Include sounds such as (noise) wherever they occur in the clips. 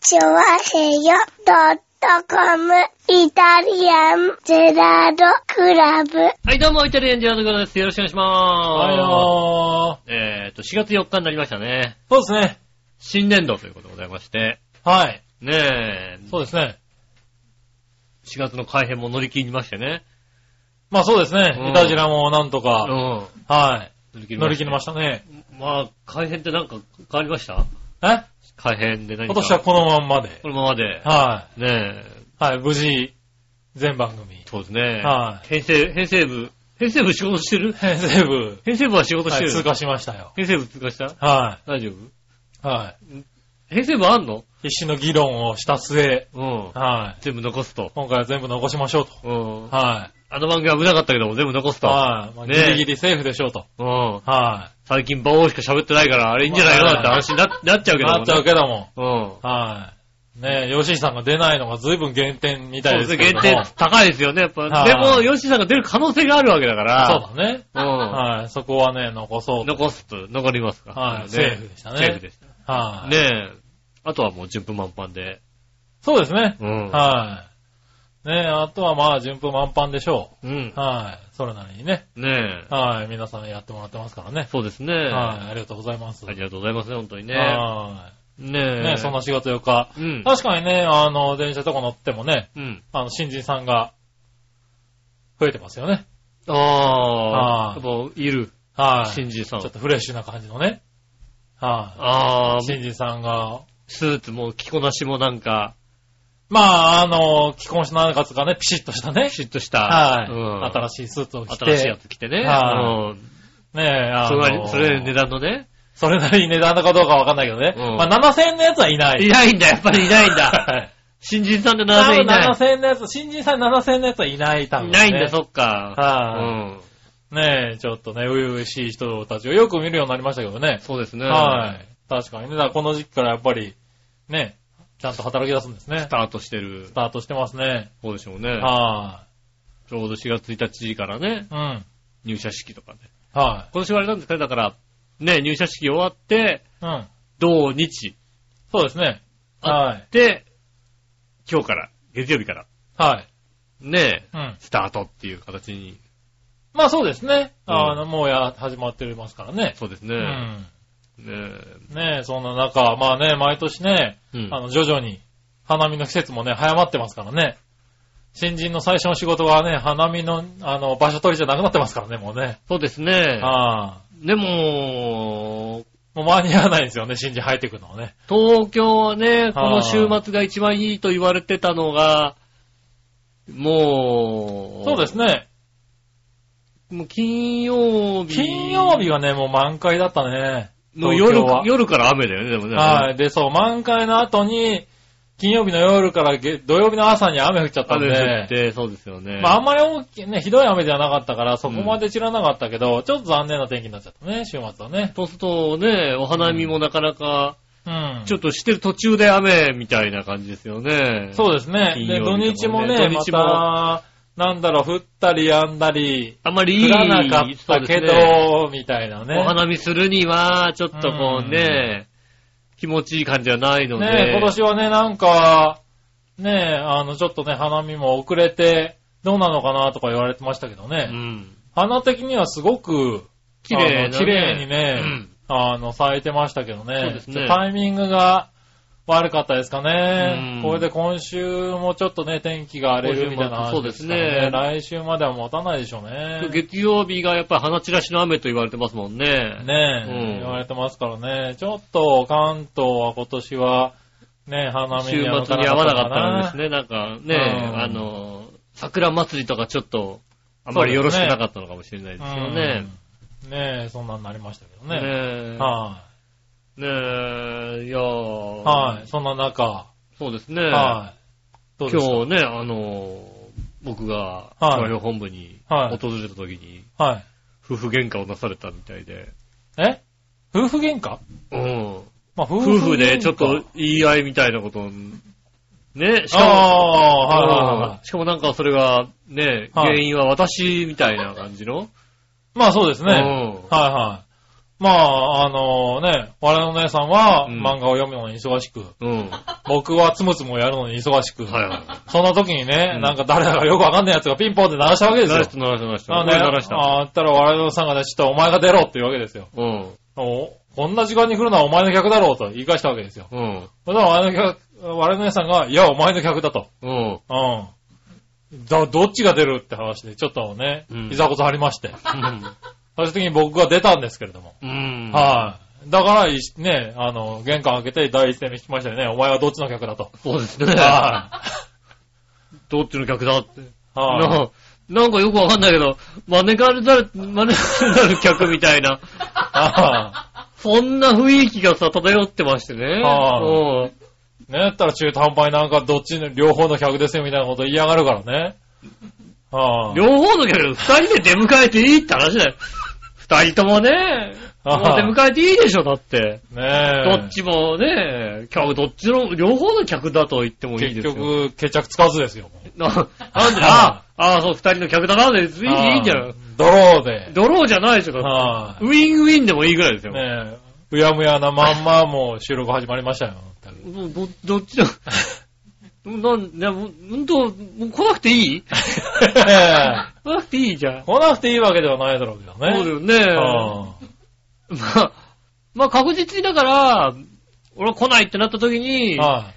チョワヘヨドットコムイタリアンゼラードクラブ。はい、どうも、イタリアンジェラードクラブです。よろしくお願いしまはす。えっと、4月4日になりましたね。いよー。そうですね。新年度ということでございまして。はい。ねえ、そうですね。 4月の改編も乗り切りましてね。まあそうですね。うんイタジラもなんとうか、ん。はい。乗り切乗り切りまししたね。た。まあ、改編ってなんか変わりましたえ改編で何か今年はこのまんまでこ。のままで。はねえ、い。はい。無事、全番組。そうですね。。はい編成、編成部、編成部仕事してる編成部、編成部は仕事しはてい、る、通過しましたよ。編成部通過したは大丈夫い。は編成部あんのい。必死の議論をした末、うん。はい。全部残すと。今回は全部残しましょうと。うん。はあの番組は危なかったけども、全部残すい。と。はい。まあギねえリギリセーフでしょうと。うん。は最近、馬王しか喋ってないから、あれいいんじゃないかなって話にななっちゃうい。けども、ね。なっちゃうけども。うん。はい。ねえ、ヨシさんが出ないのが随分減点みたそういでですね、すけど限も。定高いですよね、やっぱ。はいでも、ヨッシーさんが出る可能性があるわけだから。そうだね。だ。うん。はい。そこはね、残そうと。残すと、残りますから。はいねセーフでしたねセーフでした。はい。ねえ。あとはもう順風満帆で。そうですね。うん。はい。ねあとはまあ、順風満帆でしょうんう。。はい。それなりにね。ねえ。はい。皆さんやってもらってますからね。そうですね。はい。ありがとうございます。ありがとうございますね、本当にね。はねい。え。ねそんな。4月4日。うん。確かにね、あの、電車とか乗ってもね、うん。あの、新人さんが、増えてますよね。ああ。あーやっぱ、いる。はい。新人さんちょっ。とフレッシュな感じのね。はああい。、新人さんが、スーツも着こなしもなんか、まあ、あの、既婚者の方がね、ピシッとしたね。シュッとした。はい。うん。新しいスーツを着て。新しいやつ着てね。はうんねえ、あそれなりの、それ値段のね。それなりに値段のかどうかわかんないけどね。うんまあ、7000円のやつはいない。いないんだ、やっぱりいないんはだ。い (laughs) 新人さんで多7000分いない。 7000円のやつ、新人さん7000円のやつはいない、多分、いね。ないんだ、そっか。はうん。い、ねえ、ちょっとね、う々しい人たちをよく見るようになりましたけどね。そうですね。はい。確かにね、だからこの時期からやっぱり、ね、ちゃんと働き出すんですねス。タートしてるス。タートしてますね。そうでしょうね。はちょうど4月1日からね、い、うん。入社式とかね。は今年はあれなんですかね、だから、ね、入社式終わって、い、うん。同日そうですね。はい。で、今日から、月曜日から、はい。ね、うん。スタートっていう形に、まあそうですね。うんあの、もうや、始まってますからね。そうですうね。ん。ねねえ、そんな中、まあね、毎年ね、うんあの、徐々に、花見の季節もね、早まってますからね。新人の最初の仕事はね、花見の、あの、場所取りじゃなくなってますからね、もうね。そうですね。ああ。でも、もう間に合わないですよね、新人入ってくるのはね。東京はね、この週末が一番いいと言われてたのが、もう、そうですね。もう金曜日。金曜日はね、もう満開だったね。の東夜京は、夜から雨だよね、でもね。はい。で、そう、満開の後に、金曜日の夜からげ土曜日の朝に雨降っちゃったん雨降でっ。て、そうですよね。まあ、あんまり大きい、ね、ひどい雨ではなかったから、そこまで散らなかったけど、ちょっと残念な天気になっちゃったね、週末はね。そうするとね、お花見もなかなか、うん。ちょっとしてる途中で雨みたいな感じですよね。う。そうですね。金で、土曜日日とかもねね、土ま日もた、なんだろう、降ったりやんだり、あんまりいい降らなかったけそうですねど、みたいなね。お花見するには、ちょっとこうね、気持ちいい感じはないので。ね今年はね、なんか、ねあの、ちょっとね、花見も遅れて、どうなのかなとか言われてましたけどね。うん。花的にはすごく、綺麗なねあの綺麗にね、うんあの、咲いてましたけどね。そうですねちょっとタイミングが悪かったですかうね。んこれで今週もちょっとね、天気が荒れるみたいな話ですからね。今来週までは持たないでしょうね。月曜日がやっぱり花散らしの雨と言われてますもんね。ねえ、うん言われてますからね。ちょっと関東は今年は、ね、花見週末には合わなかったんですね。ね。なんかね、うんあの、桜祭りとかちょっと、あまりよろしくなかったのかもしれないですよね。うんねえ、そんなんなりましたけどね。ねえ。はねえ、いやい、ははい、そんな中、そうですね。はい。どうでした今日ね、あの、僕が、はい調理本部にはい訪れた時に、はい。夫婦喧嘩をなされたみたいで、え夫婦喧嘩うん。まあ、夫夫婦でちょっ喧と嘩言い合いみたいなことをね、しかも、ああ、はいはいはしかもなんかそれが、ね、はい原因は私みたいな感じの。い。まあそうですうね。はいんはい。まあ、あのね、我の姉さんはうん漫画を読むのに忙しく、うん。僕はつむつむをやるのに忙しく、はいはそんな時にね、うんなんか誰だかよくわかんないやつがピンポンって鳴らしたわけい。です鳴らよし。た鳴らした鳴らした。あ声ね、鳴らした。ああったら我のさんがね、ちょっとお前が出ろっていうわけですよ。うん。おこんな時間に来るのはお前の客だろうと言い返したわけですよ。うん。そしたら我の客、我の姉さんが、いや、お前の客だと。うん。うん。だ、どっちが出るって話で、ちょっとねうん、膝こざ張りまして。最終的に僕が出たんですけれども。うん。はい。だから、いね、あの、玄関開けて第一声目聞きましたよね。お前はどっちの客だと。 (laughs) そうですね。はどっちの客だって。い。はい。ななんかよくわかんないけど、招かれたる、招かれたる客みたいな、はそんな雰囲気がさ、漂ってましてね。はうんいねやったら中途半端になんかどっちの、両方の客ですよみたいなこと言いやがるからね。はい。両方の客、二人で出迎えていいって話だ (laughs) よ。二人ともね、あまあ出迎えていいでしょ、だって。ねえ。どっちもね、客、どっちの、両方の客だと言ってもいいで結すよ。局、決着つかずですよ。 (laughs) な、なんで、ああ、そう、二人の客だな、で、いいいいんじゃはないいドローで。ドローじゃないでしょ、だってはウィンウィンでもいいぐらいですい。よ。ねえ。うやむやなまんまもう収録始まりましたよ。ど、ど、どっち (laughs) だなん、でも、うんと、もう来なくてい (laughs) いね来なくていいじゃん。え来なくていいわけではないだろうけどね。そうだよね。はまあ、まあ確実にだから、俺は来ないってなった時いに、はい。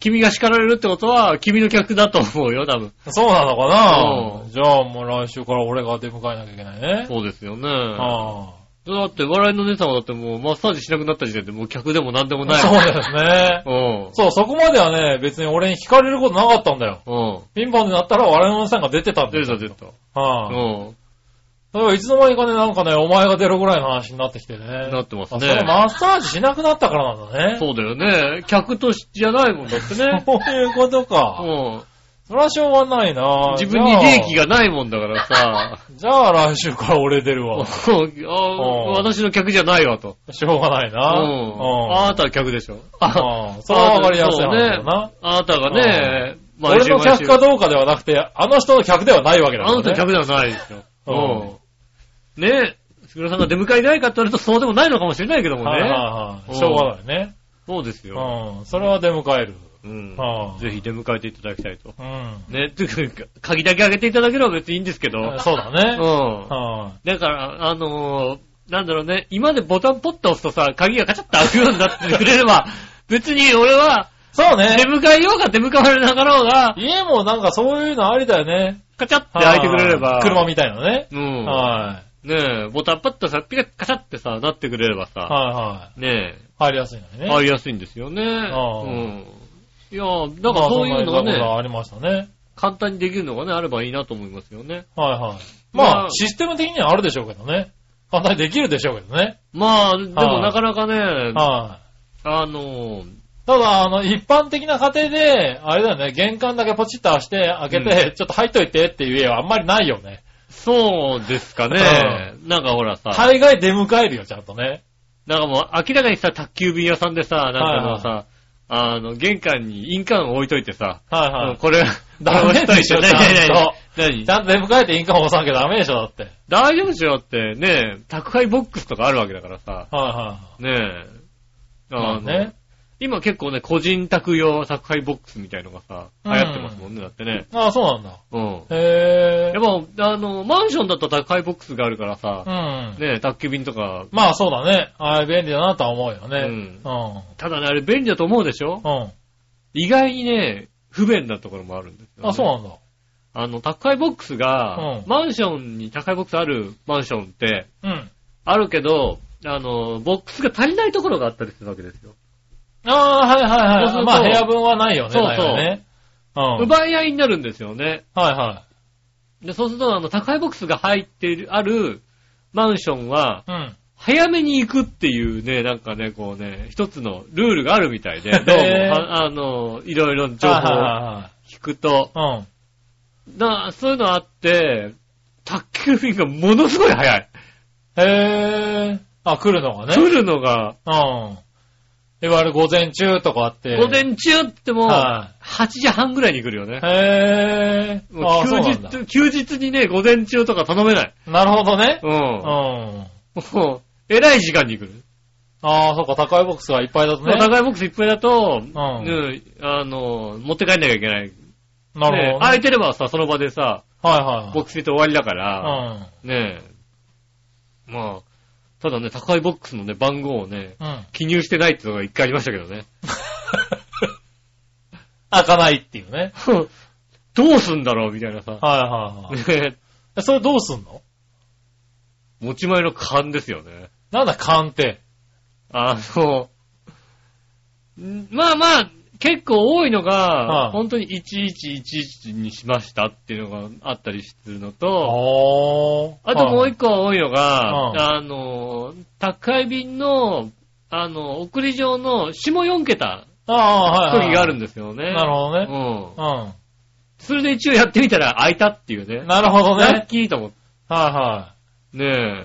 君が叱られるってことは、君の客だと思うよ、多分。そうなのかな、うんじゃあもう来週から俺が出迎えなきゃいけないね。そうですよね。あだって、笑いの姉様だってもう、マッサージしなくなった時点でもう客でも何でもあない。そうですね。うん。そう、そこまではね、別に俺に聞かれることなかったんだよ。うん。ピンポンになったら我々のおじさんが出てたんだ出よ。てた出てた。はうい、ん。だからいつの間にかね、なんかね、お前が出るぐらいの話になってきてね。なってますあねそれマッサージしなくなったからなんだね。そうだよね。客としじゃないもんだってね。 (laughs) そういうことか。うん。それはしょうがないな自分に利益。がないもんだから (laughs) さ。じゃあじゃあ来週から俺出るわ。うんあうん私の客じゃないわと。しょうがないなうん。あうなたは客でしょ。ん。うん。それはわかりやすい話だよな。あなたがね、俺の客だかどうかではなくて、あの人の客ではないわけだから、あなね。たの客ではないですよ。ううん。ねえ、杉浦さんが出迎えないかって言われるとそうでもないのかもしれないけどもはいはいね。はい。しょうがないね。そうですよ。うん。それは出迎える。うんは。いぜひ出迎えていただきたいと。うん。ね、というか、鍵だけ開けていただければ別にいいんですけど。うん。そうだね。だはから、あのー、なんだろうね、今までボタンポッと押すとさ、鍵がカチャッと開くようになってくれれば、別に俺は、い。そうね (laughs) 出。迎えようが出迎えなかろうが、家もなんかそういうのありだよね。カチャッて開いてくれれはば。い車みたいなね。うん。はねえ、ボタンパッとさ、ピカッカチャってさ、なってくれればい。さ、はいはい。ね入りやすいのえ、にね。入い。りやすいんですよね。あうん。いやーだからそういうのがまあそんなことね、ありましたね。簡単にできるのがね、あればいいなと思いますよね。はいはい。ままああ、システム的にはあるでしょうけどね。簡単にできるでしょうけどね。まあ、でもはいなかなかね、はい。あのー、ただ、あの、一般的な家庭で、あれだよね、玄関だけポチッと押して、開けて、ちょっと入っといてっていう家はあんまりないよね。そうですかね。なんかほらさ、大概出迎えるよ、ちゃんとね。なんかもう明らかにさ、宅急便屋さんでさ、なんかもうさ、はあの、玄関に印鑑を置いといてさ、はいはうんい。こ (laughs) れ、ダメでしょこれ押しといて何ちゃんと何ちゃんと出迎えて印鑑押さなきゃダメでしょ、だって。はい大丈夫でしょだって、ねえ、宅配ボックスとかあるわけだからさ、はねえ。いはい。まああのね。。今結構ね、個人宅用宅配ボックスみたいのがさ、流うん行ってますもんね、だってね。ああ、そうなんだ。うん。へやっぱ、あの、マンションだと宅配ボックスがあるからえ。うさ、ん。ねえ、宅急便とか、まあそうだね。ああ、便利だなとは思うよね。ううんん。うん。ただね、あれ便利だと思うでしょあ、意外にね、不便なところもあるんですよ、ね。そうなんだ。あの、宅配ボックスがう、んマンションに宅配ボックスあるマンションって、うん。あるけど、あの、ボックスが足りないところがあったりするわけですよ。ああ、はいはいそうするはとい。まあ部屋分はないよね、そうそうないよね。うん。はい奪い合いになるんですよね。はで、そうすると、あの、宅配ボックスが入っている、あるマンションは、い。うん。早めに行くっていうね、なんかね、こうね、一つのルールがあるみたいで、 (laughs) どうも、へーああの、いろいろ情報をはいはいはいはい。聞くと、うん。なそういうのあって、宅急便がものすごい早い。へえ。あ、来るのがね。来るのが、うん。いわゆる午前中とかあって。午前中ってもう、は8時半ぐらいに来るよね。い。へえ。もうあ、そうなんだ休日、休日にね、午前中とか頼めない。なるほどね。うん。うん。もう、えらい時間に来る。ああ、そっか、高いボックスがいっぱいだとまねあ。高いボックスいっぱいだと、うんあの、持って帰んなきゃいけない。なるねほどね。空いてればさ、その場でさ、はいはいボックス入れて終わりだかはら、い。ねえ。まあ、ただね、高いボックスのね、番号をね、うん。うん。記入してないっていうのが一回ありましたけどね。 (laughs) 開かないっていうね。どうすんだろうみたいなさ。はいはいはいね (laughs) ええ。それどうすんの持ち前の勘ですよね。なんだ、勘って。あの、んまあまあ、結構多いのが、はい本当に1111にしましたっていうのがあったりするのと、おー。あともう一個多いのうんが、あの、宅配便の、あの、送り状の下4桁個。ああ、はいはい。時があるんだ。ですよね。なるほどね。ど。うん。うそれで一応やってみたら開いたっていうねん。。なるほどラッね。キーと思って。はいはね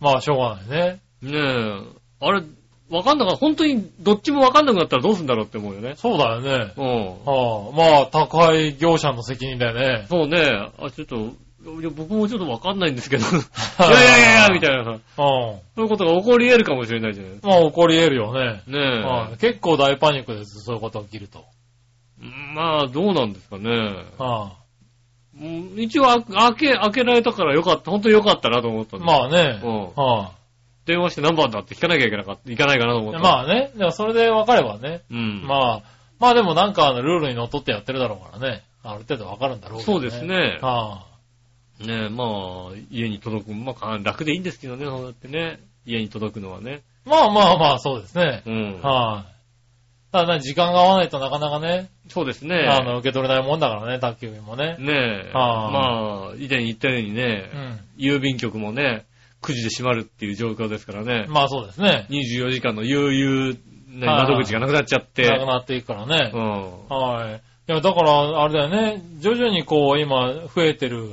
い。まあ、しょうがないね。え。ねえ。あれ、わかんなかった。本当にどっちもわかんなくなったらどうすんだろうって思うよね。そうだよね。うん。はあ、まあ、宅配業者の責任だよね。そうね。あ、ちょっと、いや僕もちょっとわかんないん (laughs) ですけど。いあやいやいやいや、みたいなさ。うん。そういうことが起こり得るかもしれないじゃないですか。まあ、起こり得るよね。ねえ。はい結構大パニックです、そういうことが起きると。まあ、どうなんですかね。はうん一応あ、開け、開けられたからよかった。本当によかったなと思ったあ、んでまあね。うんは電話して何番だって聞かなきゃいけなかった。いかないかなと思っあ、た。まあ。あね。でもそれで分かればね。うん。あ。まあ、まあでもなんかあのルールにのっとってやってるだろうからね。ある程度分かるんだろうけどそうです。ね。はねえ、まあ、家に届く。まあ、楽でいいんですけどね、そうやってね。家に届くのはね。あ、まあまあまあ、そうですね。うん。はい、ただね、時間が合わないとなかなかね、そうですね。あの、受け取れないもんだからね、宅急便もね。ねえ。はまあ、以前言ったようにね、うん。郵便局もね、9時で閉まるっていう状況ですからね、まあそうですね。 24時間の悠々、ね、はいはい窓口がなくなっちゃって、なくなっていくからね。うん。はい。いや、だから、あれだよね、徐々にこう、今、増えてる、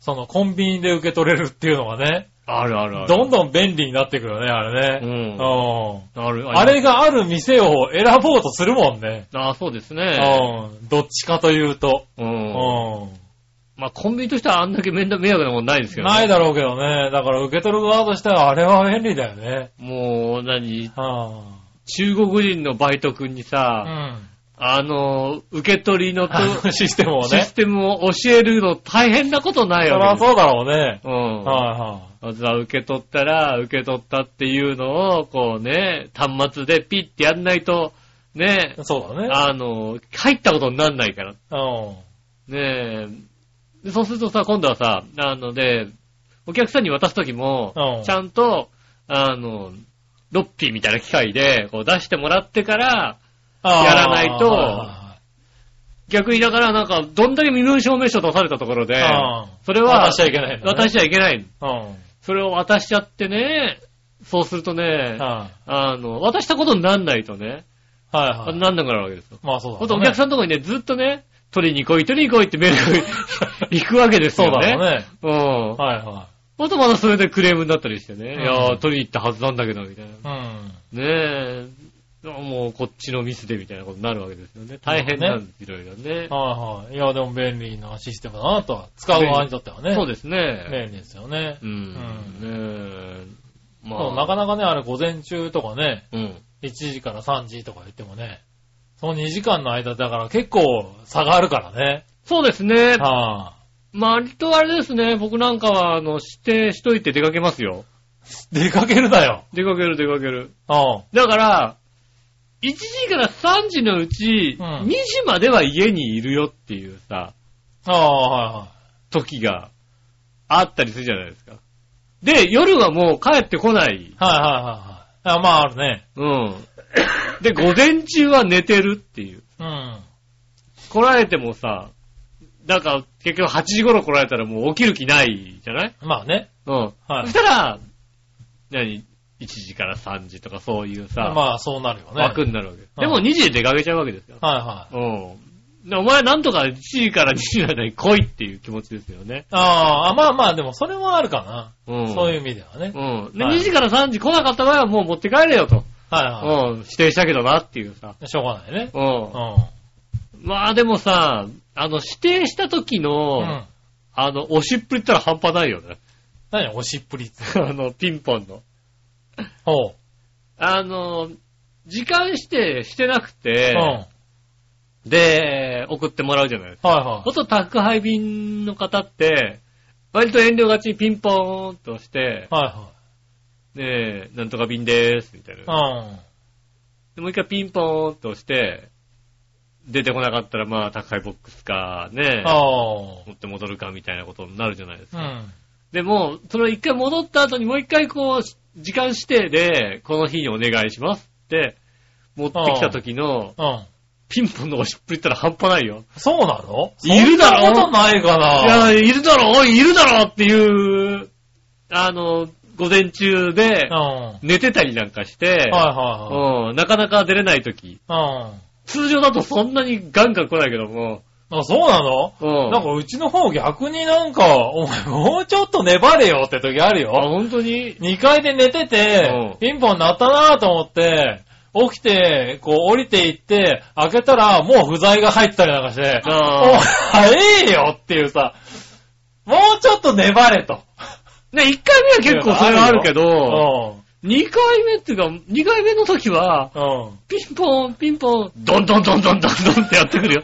その、コンビニで受け取れるっていうのがね、あるあるある。どんどん便利になってくるよね、あれうん。ね。うん。あるあれがある店を選ぼうとするもんね。あそうですうね。ん。どっちかというと。う。うんん。まあ、コンビニとしてはあんだけ面倒迷惑なもんないですけどね。ないだろうけどね。だから受け取る側としてはあれは便利だよね。もう、何、は中国人のバイト君にあ、うさ、ん。あの、受け取りのとあのシステムをシね。ステムを教えるの大変なことなそいりわゃけですそうだろうね。よ。うん。はいはい。まずは受け取ったら、受け取ったっていうのを、こうね、端末でピッてやんないと、ね、そうだね。あの、入ったことになんないから。うん。ねえでそうするとさ、今度はさ、あので、お客さんに渡すときもうん、ちゃんと、あの、ロッピーみたいな機械で、こう出してもらってから、あーやらないとはいは逆にだからなんか、どんだけ身分証明書出されたところいで、はいうんそれは、渡しちゃいけないんだね渡しちゃいけない。うん。それを渡しちゃってね、そうするとね、はいあの、渡したことになんないとね、はいはい。なんなくなるわけですよ。まあそうだほろんうね。とお客さんのとこにね、ずっとね、取りに来い、取りに来いってメールが (laughs) 行くわけですそうよだね。ろうね。うん。はいはほんとまだそれでクレームになったりしてね、うんいやー、取りに行ったはずなんだけど、みたいな。い。うん。ねえ、もうこっちのミスでみたいなことになるわけですよね。大変なんです、いろいろね。はいはい。いや、でも便利なシステムだなとは。使う側にとってはね。そうでですね。便利ですよね。うん。ねえ、まそうあ、なかなかね、あれ午前中とかね、うん。 1時から3時とか言ってもね、その2時間の間だから結構差がある (laughs) からね。そうですね。はあ。まあ、割とあれですね、僕なんかは、あの、指定しといて出かけますよ。出かけるだよ。出かける、出かける。うん。だから、1時から3時のうち、うん2時までは家にいるよっていうさ、ああ、はいはい。時があったりするじゃないですか。で、夜はもう帰ってこない。はいはいはいはい。あまああるね。うん。で、午前中は寝てるっていう。うん。来られてもさ、だから結局8時頃来られたらもう起きる気ないじゃないまあね。うん。はそいしたら、何 ?1 時から3時とかそういうさ、まあそうなるよね。枠になるわけ。うんでも2時で出かけちゃうわけですよ。はいはい。うん。でお前なんとか1時から2時の間に来いっていう気持ちですよね。ああ、まあまあ、でもそれもあるかな。うん。そういうう。意味ではね。うん。で、はい2時から3時来なかった場合はもう持って帰れよと。はいはうん。指定したけどなっていうさ。い。しょうがないね。ううんん。。まあでもさ、あの、指定した時の、うん。あの、押しっぷりったら半端ないよね。 (laughs) 何押しっぷりって。あの、ピンポンの。ほう。あの、時間指定してなくてうん。、はいで、送ってもらうじゃないですか。は元宅配便の方って、割と遠慮がちにピンポーンと押してい。、はねえ、なんとか便でーす、みたいいな。はい。でもう一回ピンポーンと押して、出てこなかったらまあ宅配ボックスか、ねうえん。、あ持って戻るかみたいなことになるじゃないですか。あ。うん。でも、それ一回戻った後にもう一回こう、し時間指定で、この日にお願いしますって、持ってきた時の、うん。ピンポンの押しっぷりったら半端ないよ。そうなのいるだろそんなことないかいや、ないるだろおい、いるだろっていう、あの、午前中でうん。、はい寝てたりなんかして、はうん、なかなか出れない時。いはい。うん。通常だとそんなにガンガン来ないけども、あ、そうなのうん。なんかうちの方逆になんか、お前もうちょっと粘れよって時あるあ、よ。本当に2階で寝てうんて、ピンポン鳴ったなと思って、起きて、こう降りていって、開けたらもう不在が入ってたりなんかして、おあー早えよっていうさ、もうちょっと粘れと。ね、1回目は結構それがあるけうど、ん。 2回目っていうか、2回目の時は、うん。ピンポン、ピンポン、ドンドンドンドンドンドンってやってくるよ。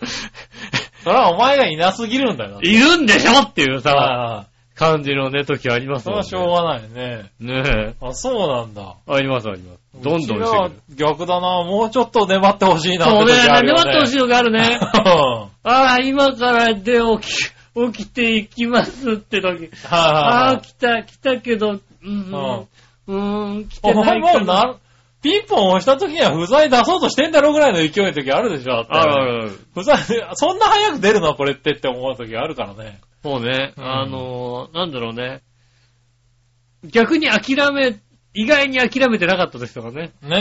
それはお前がいなすぎるんだよ。いるんでしょっていうさ、ああ、感じのね、時ありますそもれんね。はしょうがないね。ねえ。あ、そうなんだ。ありますあります。どんどんうしちらてくる。逆だな。もうちょっと粘ってほしいなそうってね、時あるよ粘ね。ってほしいのがある (laughs) ね。はああ、今からで起き、起きていきますって時。あいはいあ、はい来た、来たけど、うんうん、うん、うん、来ておな前いかもうな、ピンポン押した時には不在出そうとしてんだろうぐらいの勢いの時あるでしょ。だってあるあるある。不在、そんな早く出るのこれってって思う時があるからね。そうね、うんあのー、なんだろうね。逆に諦め、意外に諦めてなかったですとかね。ねうえ。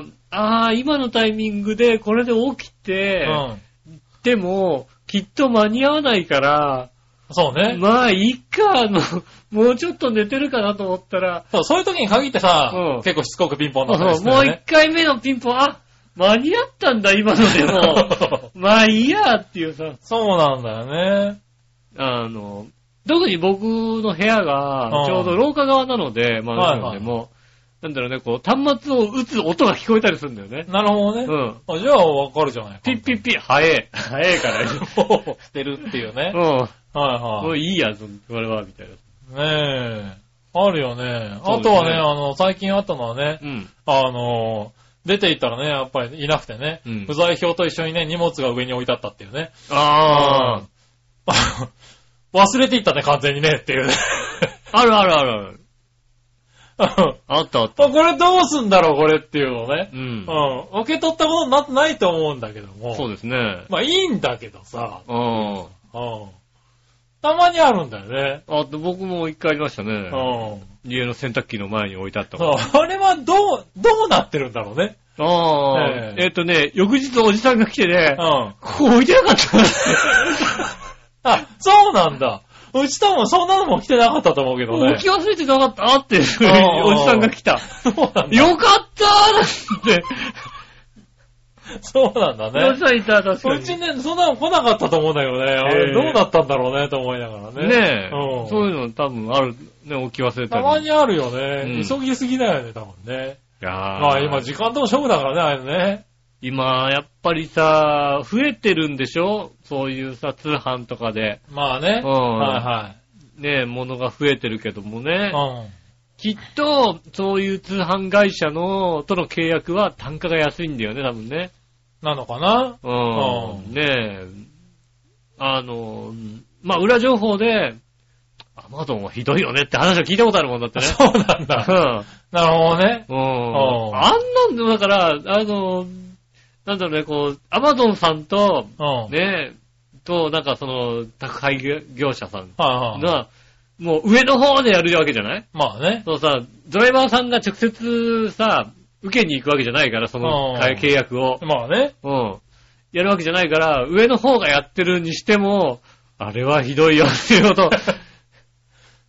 んああ、今のタイミングでこれで起きて、うん。でも、きっと間に合わないから、そうね。まあ、いいか、あの、もうちょっと寝てるかなと思ったら、そうそういう時に限ってさ、うん結構しつこくピンポンだったりそうするもようね。一回目のピンポン、あ、間に合ったんだ、今のでも。まあ、いいやっていうさ、そうなんだよね。あの、特に僕の部屋がう、んちょうど廊下側なので、まあ、はいなはいのでもう、なんだろうね、こう、端末を打つ音が聞こえたりするんだよね。なるほどね。うん。あじゃあわかるじゃないピッピッピッ、早え。早え (laughs) から。してるっていうね。うん。はいもはうい。いいや、そこれは、みたいな。ねえ。あるよね。そうあですとねはね、あの、最近あったのはね、うん。あの、出て行ったらね、やっぱりいなくてね、うん不在表と一緒にね、荷物が上に置いてあったっていうね。 (laughs) ああ。忘れていったね、完全にね、っていうね。 (laughs) あるあるあるある。ああったあった。これどうすんだろう、これっていうのをねう。ん。うん。受け取ったことになってないと思うんだけども。そうですね。まあいいんだけどさ、うん。うん。たまにあるんだよね。あと僕も一回ありましたね。うん。家の洗濯機の前に置いてあったから。そうあれはどう、どうなってるんだろうね。ああ。えええっとね、翌日おじさんが来てうねん。、あ、ここ置いてなかった。そうなんだ。うちともそんなのも来てなかったと思うけどね置。き忘れてなかったあって、おじあーさんが来た。そうなんだ。よかったーって。そうなんだおじね。さんいた、確かうに。ちね、そんなの来なかったと思うんだけどね。あれええどうだったんだろうね、と思いながらね。ねえ、うんそういうの多分ある、ね、置き忘れたたり。まいにあるよね。うん急ぎすぎだよね、多分ね。やままあ今、時間とも勝負だからね、あれね。今、やっぱりさ、増えてるんでしょそういうさ、通販とかで。まあね。うんはね、ものが増えてるけどもねい。はい。きっと、そういう通販会社の、との契約は単価が安いんだよね、多分ね。うん。なのかなうん。うねえ。あの、まあ、裏情報で、アマゾンはひどいよねって話を聞いたことあるもんだってね。 (laughs) そうなんだ。うん。 (laughs) なるほどね。うん。んあんなんの、だから、あの、なんだろうね、こう、アマゾンさんと、うん。はいねえ、と、なんかその、宅配業者さんはい。が、もう上の方でやるわけじゃないまあね。そうさ、ドライバーさんが直接さ、受けに行くわけじゃないから、そのうん買い契約を。まあね。うん。やるわけじゃないから、上の方がやってるにしても、あれはひどいよっていう (laughs) こと。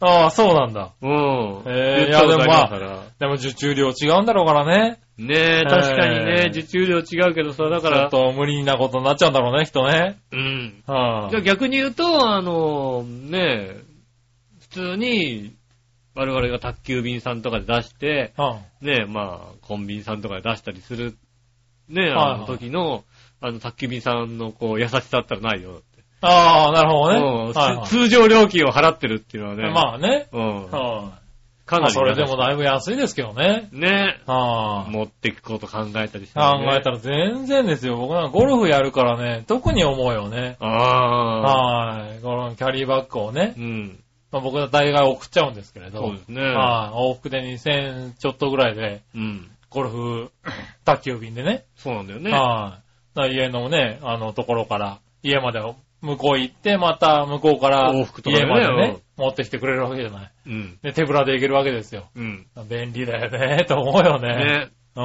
ああ、そうなんだ。うん。へえ言ったことりすからでも受注量違うんだろうからね。ねえ、確かにねへ、え受注量違うけどさ、だだかから。ら、ちょっと無理なことになっちゃうんだろうね、人ね。うん。はじゃあ逆に言うと、あの、ねえ、普通に、我々が宅急便さんとかで出して、うん。はいね、まあ、コンビニさんとかで出したりする、ね、はいあの時の、あの、宅急便さんの、こう、優しさだったらないよ。ああ、なるほどうんね。はいはいつ通常料金を払ってるっていうのはね。まあね。うん。はかい。まなあり。それでもだいぶ安いですけどね。ね。はあ。持っていくこと考えたりして、考えたら。ら全然ですよ。僕なんかゴルフやるからね、特に思うよね。ああ。はい。このキャリーバッグをねう、ん。まあ、僕は大概送っちゃうんですけれど。そうですね。はい。往復で2000ちょっとぐらいで、うん。ゴル (laughs) フ、宅急便でね。そうなんだよね。はい。だから家のね、あのところから、家までを向こう行って、また向こうから往復とかね家までね、持ってきてくれるわけじゃない。うん。で、手ぶらで行けるわけですよ。うん。便利だよね、 (laughs) と思うよね。ね。う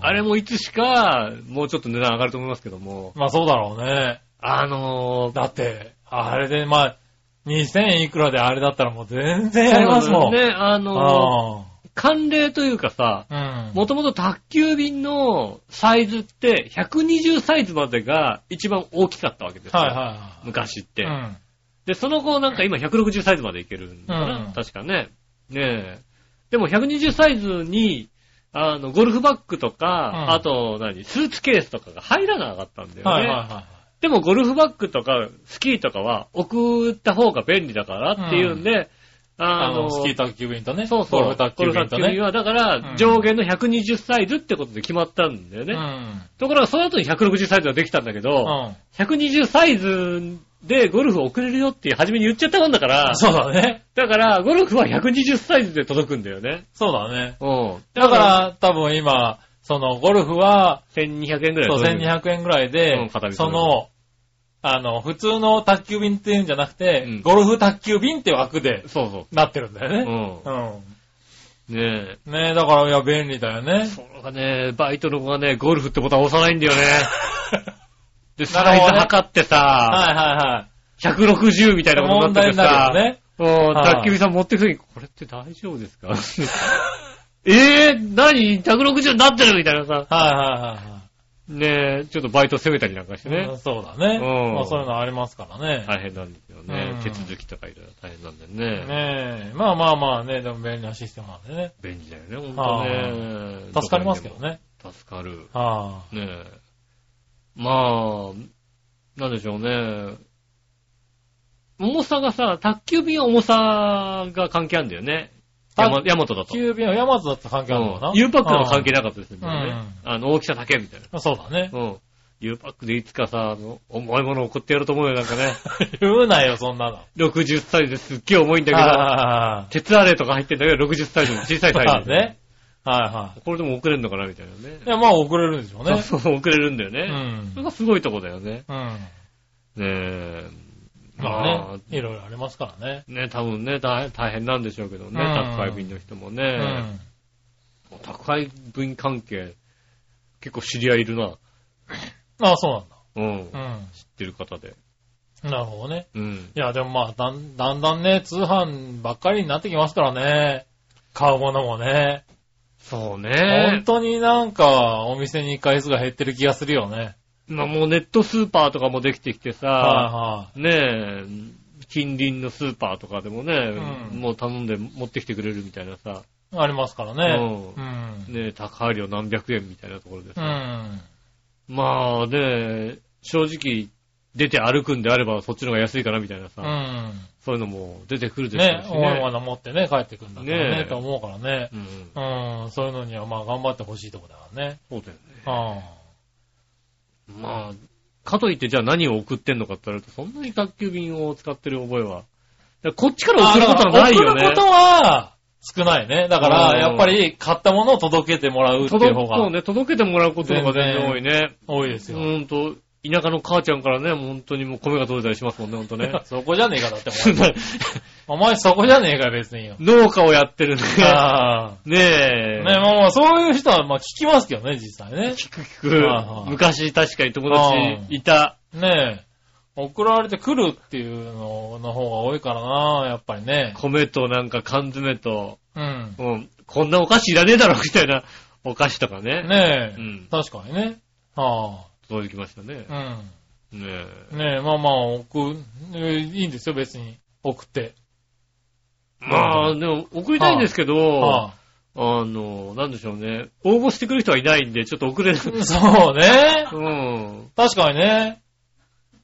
ん。あれもいつしか、もうちょっと値段上がると思いますけども、まあそうだろうね。あのー、だって、あれで、まあ、2000いくらであれだったらもう全然やりますもん。ね、あのー、う慣例というかさ、ん。うん。もともと宅急便のサイズって、120サイズまでが一番大きかったわけですよ。はいは昔っいて。はい。で、その後なんか今160サイズまでいけるんだな、うん確かね。ねえ。でも120サイズに、あの、ゴルフバッグとか、うんあと何、スーツケースとかが入らなかったんだようね。ん。はいはいはでもゴルフバッグとか、スキーとかは送った方が便利だからっていうんで、い。あの、スキー宅急便とね、そうそう。ゴルフ宅急便とね。は、だからう、ん上限の120サイズってことで決まったんだよね。うん。ところが、その後に160サイズができたんだけうど、ん。 120サイズでゴルフを送れるよって初めに言っちゃったもんだから、そうだね。だから、ゴルフは120サイズで届くんだよね。そうだね。うん。だから、多分今、その、ゴルフは、 1200円ぐらいそう、届く。 1200円ぐらいで、うん片道その、あの、普通の宅急便っていうんじゃなくて、うんゴルフ宅急便って枠でそうそなってるんだよう。うん。ね。うん。ねねえ、だから、いや、便利だよねえ。。それがね、バイトの子がね、ゴルフってボタン押さないんだ (laughs) よね。で、なサるほイどねズ測ってさ、 (laughs) はいはい160みたいなはい。こと問になって題てさ、になるよ (laughs) ね。うん、はい宅急便さん持ってくるに、これって大丈夫ですか (laughs) えー、何 ?160 になってるみたいなさ。はいはいはねえ、ちょっとバイト攻めたりなんかしていはい。うんね。そうだね。うんまあそういうのありますからね。大変なんですよねう。ん手続きとかいろいろ大変なんでね。ねえ。まあまあまあね、でも便利なシステムなんでね。便利だよね、ほんとね。助かりますけど。ね。助かる。はねえ。まあ、なんでしょうね。重さがさ、宅急便は重さが関係あるんだよね。ヤマあ。ヤマトだと。急便はヤマトだった関係あるのかな U パックは関係なかったですね。うんねあの、大きさだけみたいな。あそうだね。 (laughs) うん。U パックでいつかさ、あの、重いものを送ってやろうと思うよ、なんかね。 (laughs) 言うなよ、そんなの。 60サイズですっげえ重いんだけど、あ鉄アレとか入ってんだけど、60サイズの小さいーサイまあズ。ね。 (laughs) はいは。これでも送れるのかな、みたいないねい。や、まあ遅れるんでしょうね。そうそう、送れるんだようね。それん。がすごいとこだよね。うん。ねえ。まあね、いろいろありますからね。ね、多分ね、大大変なんでしょうけどね、うん宅配便の人もうね。ん。宅配便関係、結構知り合いいるな。まあそううん。知っなんだ。てる方で。うん。なるほどね。うん。いや、でもまあ、だんだんだんね、通販ばっかりになってきますからね。買うものもね。そう本ね。当になんか、お店に行く回数が減ってる気がするよね。まあもうネットスーパーとかもできてきてさ、はねえ、近隣のスーパーとかでもね、うんもう頼んで持ってきてくれるみたいなさ、いはい。ありますからね。ううん。ねえ、宅配料何百円みたいなところでうさ、ん。まあね、正直出て歩くんであればそっちの方が安いかなみたいなさ、うん。そういうのも出てくるでしょうねし、ね。重いもの持ってね、帰ってくるんだけどねねえ、と思うからね。うん。うん、そういうのにはまあ頑張ってほしいとこだからね。そうだよね。うまあ、かといってじゃあ何を送ってんのかって言われると、そんなに宅急便を使ってる覚えは。だからこっちからん。送ることはないよね。送ることは少ないね。だかうんら、やっぱり買ったものを届けてもらうってい届う方くそうがね、届けてもらうことの方が全然多いね。多いですうよ。。ーんと、田舎の母ちゃんからね、もう本当にもう米が取れたりしますもんね、本当 (laughs) ね。そこじゃねえか、だってお前。お前そこじゃねえか、別によ農家をやってるね。あねあ。え。ね、まあまあ、そういう人はまあ聞きますけどね、実際ね。聞くはい聞はく。い昔確かに友達いた。ねえ。送られてくるっていうのの方が多いからな、やっぱりね。米となんか缶詰と、うん。うん、こんなお菓子いらねえだろ、みたいなお菓子とかね。ねえ。うん確かにね。は届きましたね。あ。ねえ。うん。ねえ、まあまあ、送、えーいいんですよ、別に。送って。まあ、でも、送りたいんですけど、あ (laughs) あの、なんでしょうね。応募してくる人はいないんで、ちょっと遅れない。あそうね。うん。確かにね。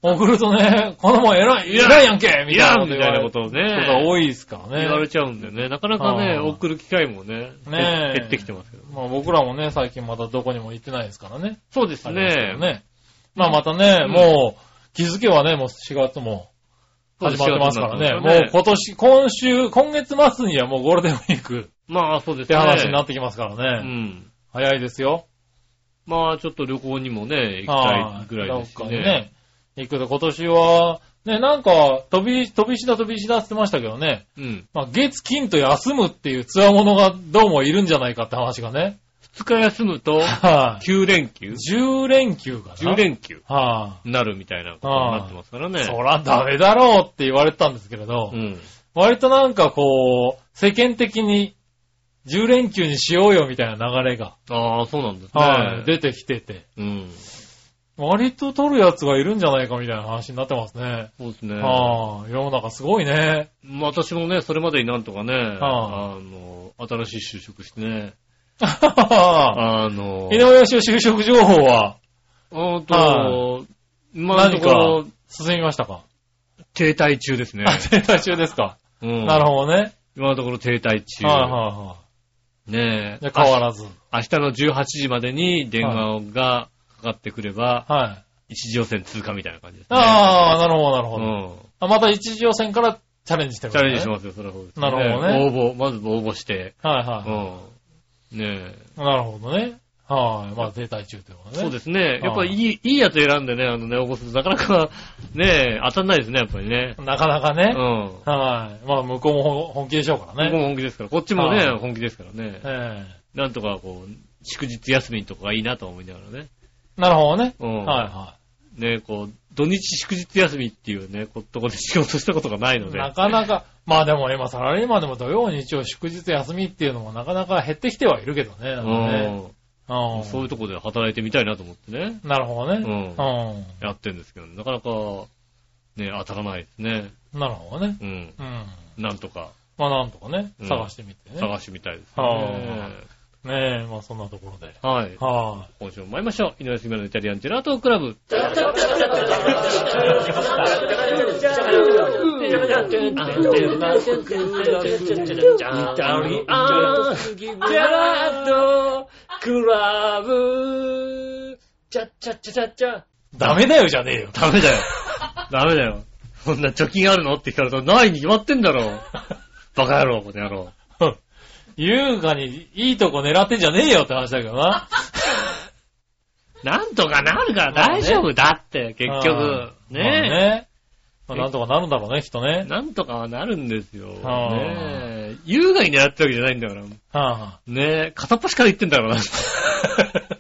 送るとね、このもん偉い、偉いやんけみいやたいなことみ言たわいなれこることをね。が多いですからね。言われちゃうんでね。なかなかね、あー送る機会もね、ねえ減ってきてますけど。まあ僕らもね、最近まだどこにも行ってないですからね。そうですあれですけねど。ね。まあまたね、うんもう、気づけばね、もう4月も始まってますからね。そうもですう今年、今週、今月末にはもうゴールデンウィークまあ、そうでっすてね。話になってきますからうね。ん。早いですよ。まあ、ちょっと旅行にもね、行きはたいぐらいですしどっかにね。ね。行くと今年は、ね、なんか、飛び、飛び石だ飛び石だって言ってましたけどね。うん。まあ、月金と休むっていう強者がどうもいるんじゃないかって話がね。二日休むと、はい、 9連休10連休かな。 ?10 連休はになるみたいなことになってますからい、ね。そらダメだろうって言われてたんですけれど、うん。割となんかこう、世間的に10連休にしようよみたいな流れが、ああ、そうなんですね。はい、出てきてて、うん。割と取るやつがいるんじゃないかみたいな話になってますね。そうですね。はあ、世の中すごいね。まあ私もね、それまでになんとかね、はあの、新しい就職してね、 (laughs) 井あの、上義雄就職情報はあーとは、まあ、何何かか、進みましたか停滞中ですね。あ、停滞中ですか。うんなるほどね。今のところ停滞中。はいはいはい。ねじえゃ。あ変わらず。明日の18時までに電話がかかってくれば、はい。一次予選通過みたいな感じですね。ああ、なるほど、なるうほど。ん。あまた一次予選からチャレンジしてるチャレンジしまますよ、それはそうです、なるほどね応募、まず応募して。す。はいうはん。ねえ。い。なるほどね。はい。まあ、停滞中ということね。。そうですすね。やっぱいい、いいやつ選んでね、あのね、応募するとなかなか、ねえ、当たんないですね、やっぱりね。なかなかうね。ん。はい。まあ、向こうも本本気でしょうから僕ね。も本気ですから。こっちもねは、本気ですからね。えなんとかこう、祝日休みのとかがいいなと思いながらね。えなるほどね。うん。はね、こう、土日祝日休みっていうね、こうとこで仕事したことがないいはのい。で。なかなか、まあでも今、サラリーマンでも土曜、日曜、祝日休みっていうのもなかなか減ってきてはいるけどね。なんかねううんん。そういうとこで働いてみたいなと思ってね、なるほどね。ううんやってるんですけど、なかなか、ね、当たらないですね。なるほどね。うん。うん。なんとかまあなんとかねう、ん探してみてね。探してみたいですはね。ねえ、まあそんなところで。はい。は今週も参りましょう。井上杉村のイタリアンジェラートクラブ。い。ダメだよじゃねえよ。ダメだ (laughs) よ。ダメだよ。そんな貯金あるのって聞かれたら、ないに決まってんだろ (laughs) う。バカ野郎、この野郎。優雅にいいとこ狙ってんじゃねえよって話だけどな。なんとかなるからまあね大丈夫だって、結局は。いまねあねまあなんとかなるんだろうね、きっとえ。ね。なんとかはなるんですよ。はあねえ。優雅に狙ってるわけじゃないんだから。はねえ、片っ端から言ってんだからな。 (laughs)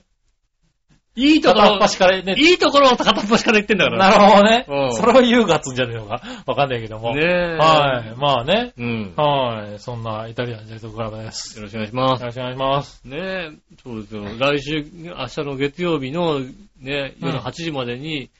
いいい。片とこっろ、端からね。いいところを片っ端から言ってんだから。なるほどねうん。それを優雅っつうんじゃねえのか。わかんないけども。ねえ。はい。まあね。い。うん。よはい。そんなイタリアンジェイトクラブです。ろしくお願いしまよす。ろしくお願いします。ねえ、そうですよ。来週、明日の月曜日のね、うん夜8時までに、